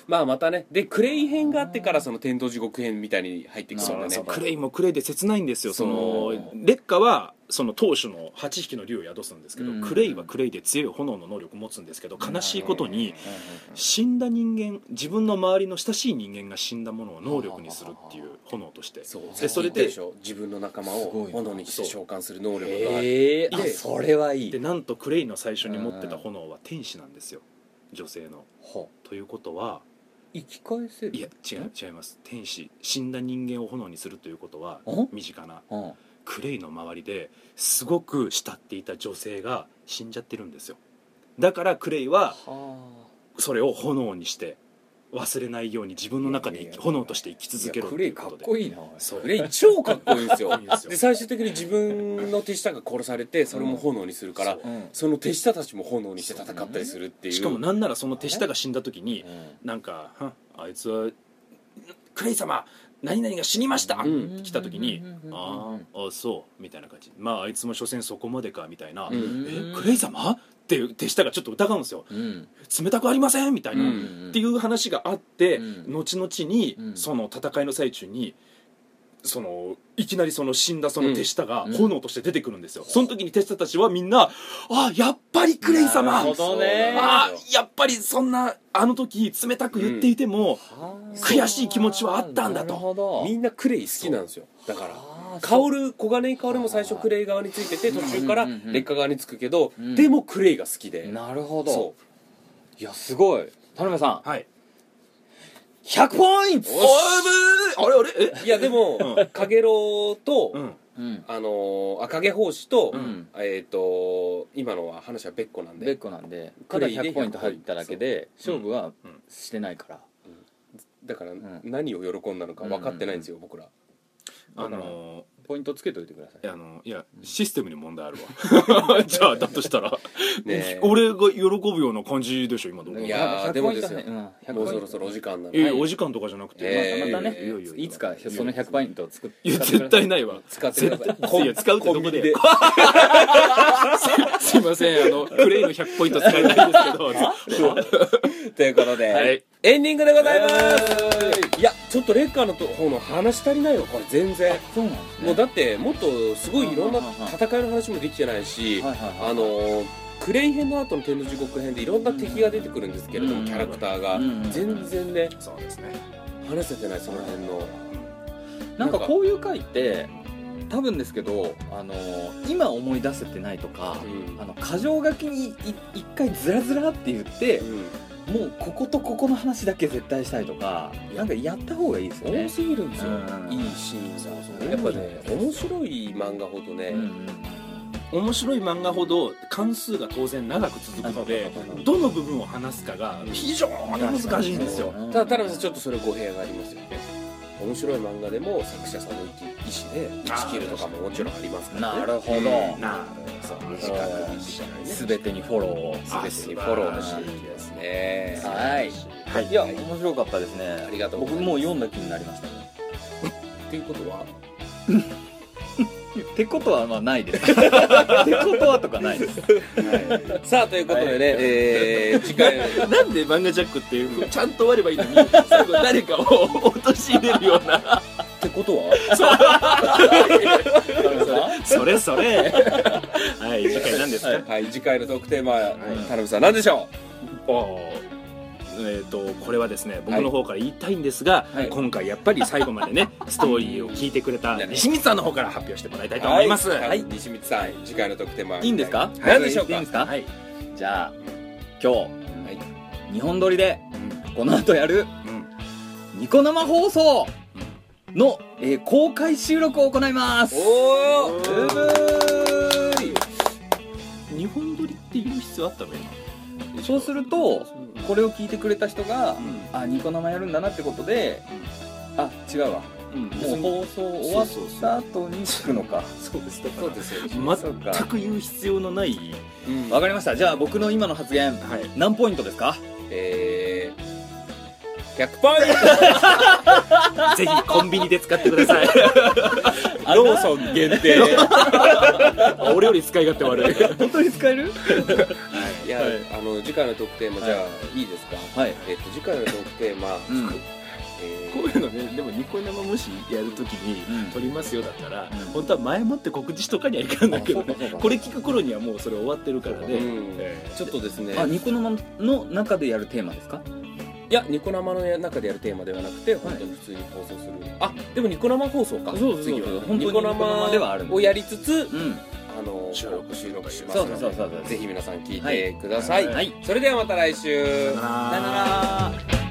A: まあまたねでクレイ編があってからその天道地獄編みたいに入ってきそうなね
C: そうクレイもクレイで切ないんですよ
A: そ
C: そ
A: う
C: の劣化はその当主の8匹の竜を宿すんですけど、
B: うん
C: クレイはクレイで強い炎の能力を持つんですけど悲しいことに死んだ人間自分の周りの親しい人間が死んだものを能力にするっていう炎として
A: そう
C: でそれ
A: で
C: で
A: しょ自分の仲間
B: すご
A: を
B: いな
A: 炎にして召喚する能力がある、
B: ええー、あ
C: で
B: それはい
C: で
B: い
C: なんとクレイの最初に持ってた炎は天使なんですよ女性の。
B: ほ
C: ということは
B: 生き返せる
C: いや違う違います天使死んだ人間を炎にするということは
B: ん
C: 身近な
B: うん
C: クレイの周りですごく慕っていた女性が死んじゃってるんですよだからクレイは
B: は
C: それを炎にして忘れないように自分の中で生き炎として生き続けろって
B: ク
C: い
B: レ
C: う
B: イ
C: こ
B: か
C: と
B: っ
C: で
B: こいいな
C: そう
A: クレイ超かっこいいん ですよ
C: いいんですよ
A: で最終的に自分の手下が殺されてそれも炎にするから、
C: うん
B: うん
A: その手下たちも炎にして戦ったりするっていう
C: しかもなんならその手下が死んだ時になんかは「あいつはクレイ様何々が死にました!」っ
A: う
C: て
A: ん
C: 来た時に「あ
B: あ
C: ーあそう」みたいな感じまああいつも所詮そこまでかみたいな「
A: うん
C: えクレイ様?」っていう手下がちょっと疑うんですよ
B: うん
C: 冷たくありませんみたいな、
A: うん
C: っていう話があって、
B: うん
C: 後々に、
B: うん
C: その戦いの最中にそのいきなりその死んだその手下が
B: うん
C: 炎として出てくるんですよ、その時に手下たちはみんな「あやっぱりクレイ様
B: なるほどね
C: あやっぱりそんなあの時冷たく言っていても、悔しい気持ちはあったんだと
B: なるほど
A: みんなクレイ好きなんですよだから
B: あー
A: 薫小金井薫も最初クレイ側についてて途中から
B: うんうんうんうん
A: 劣化側につくけど、
B: うん
A: でもクレイが好きで、
B: なるほど
A: そ
B: いやすごい田辺さん
C: はい
B: 100ポイント
C: おーぶーあれあれえ
A: ういやでも、かげろうと、
C: うん
B: うん
A: あのー、赤毛法師と、
B: うん
A: えっ、と今のは話は別個なん
B: ベッ
A: で
B: コなんで
A: ク
B: た
A: レ
B: だ
A: イで
B: 100ポイント入っただけで
C: そう
B: 勝負は
C: うん
B: してないから
A: だから
B: ん
A: 何を喜んだのか分かってないんですよ、僕ら
C: あの
B: ポイントつけておいてくださ
C: いやあのいやシステムに問題あるわじゃあだとしたら、
A: ねえ
C: 俺が喜ぶような感じでしょ今のところ
B: い
A: いやー
B: 100
A: でもですよ
B: ポイントねうん100
A: もう
B: ポイ
A: そ
B: ン
A: ろ
B: ト
A: そろお時間なの
C: いやい
A: で、
C: やお時間とかじゃなくて、
A: えー
B: またね
C: いやいやいやいや
B: いつかその100ポイントを作っ
C: いや絶対ないわ
A: 使ってください
C: いや使うってどこで
A: で
C: すすいませんあのプレイの100ポイント使えないんですけ ど
A: ということで、
C: はい
A: エンディングでございますいやちょっとレッカーの方の話足りないわこれ全然
B: そうなんですね
A: もうだってもっとすごいいろんな
B: うんうんうんうん
A: 戦いの話もできてないし、
B: はいはいはい
A: あのークレイ編の後の天の地獄編でいろんな敵が出てくるんですけれども、
C: うん
A: キャラクターが、
B: うん
A: 全然ね
C: そうですね
A: 話せてないその辺の
B: なんかこういう回って多分ですけど、あの今思い出せてないとか、
A: うん
B: あの箇条書きにい一回ずらずらって言って、もうこことここの話だけ絶対したいとかなんかやった方がいいですよ
A: 多
B: ね。
A: すぎるんですよ、
B: うん
A: いいシーンが
B: そうそう
A: やっぱね面白い漫画ほどね、
C: 面白い漫画ほど関数が当然長く続くのでどの部分を話すかが非常に難しいんですよ
A: ただ田辺さんちょっとそれ語弊がありますよね面白い漫画でも作者さんの意思で打ち切るとかももちろんありますから、ね、
B: なるほど、
C: な
A: そう短く短くね
B: 全てにフォローを
A: 全てにフォローしていきますね
B: はい、
C: はい
B: いや面白かったですね
A: ありがとうござい
B: 僕
A: ます
B: もう読んだ気になりました
A: っていうことは
B: ってことはまあないです ってことはとかないです
A: さあということでね、えー、次回
C: いなんで漫画ジャックっていうちゃんと終わればいいの に最後誰かを陥れるような
A: ってことは
C: それそれはい次回何ですか、
A: はい次回のトークテーマ、田辺さん何でしょう
C: ああえー、とこれはですね僕の方から言いたいんですが、
B: はい
C: 今回やっぱり最後まで ねストーリーを聞いてくれた西光さんの方から発表してもらいたいと思います、
A: はい、西光さん、次回の特典はい
B: いんですか
A: 何でしょう
B: いい
A: か
B: んですか、
C: はい
B: じゃあ今日、日本撮りで、この後やる、ニコ生放送の、えー公開収録を行います
A: お
B: ブ
A: ー
B: ーブーイ
C: 日本撮りって言う必要あったの今
B: そうするとこれを聞いてくれた人が、あニコ生やるんだなってことで、あ違うわもう放送終わった後に聞くのか
C: そうです
A: そうですよ。
B: そうか
C: 全く言う必要のない
A: うん
B: わかりましたじゃあ僕の今の発言、
C: はい
B: 何ポイントですか
A: えー、100ポイン
C: ぜひコンビニで使ってくだ さい
A: トローソン限定。
C: 俺より使い勝手悪い
B: 本当に使える
A: い や、あの、次回の特典もじゃあ、いいですか
B: はい
A: えっと、次回の特典は、
B: うん
A: え
C: こういうのねでもニコ生もしやるときに
B: うん
C: 撮りますよだったら、
B: うん
C: 本当は前もって告知とかにはいかんだけどねこれ聞く頃にはもうそれ終わってるからね、
A: うん
C: え
A: ーちょっとですね、
B: あニコ生の中でやるテーマですか
A: いや、ニコ生の中でやるテーマではなくて、本当に普通に放送する。あ、でもニコ生放送か。
B: そうそうそう
A: 次は
B: 本当に
A: ニコ
B: ニコ
A: 生
B: 生ではあるんです
A: をやりつつ、
B: うん
A: あの、
C: 収録
A: 収録します
B: そう
A: の
B: そ
A: で。
B: うそうそうそう
A: ぜひ皆さん聞いてください。
B: はい
A: それではまた来週。
C: ー
B: さよなら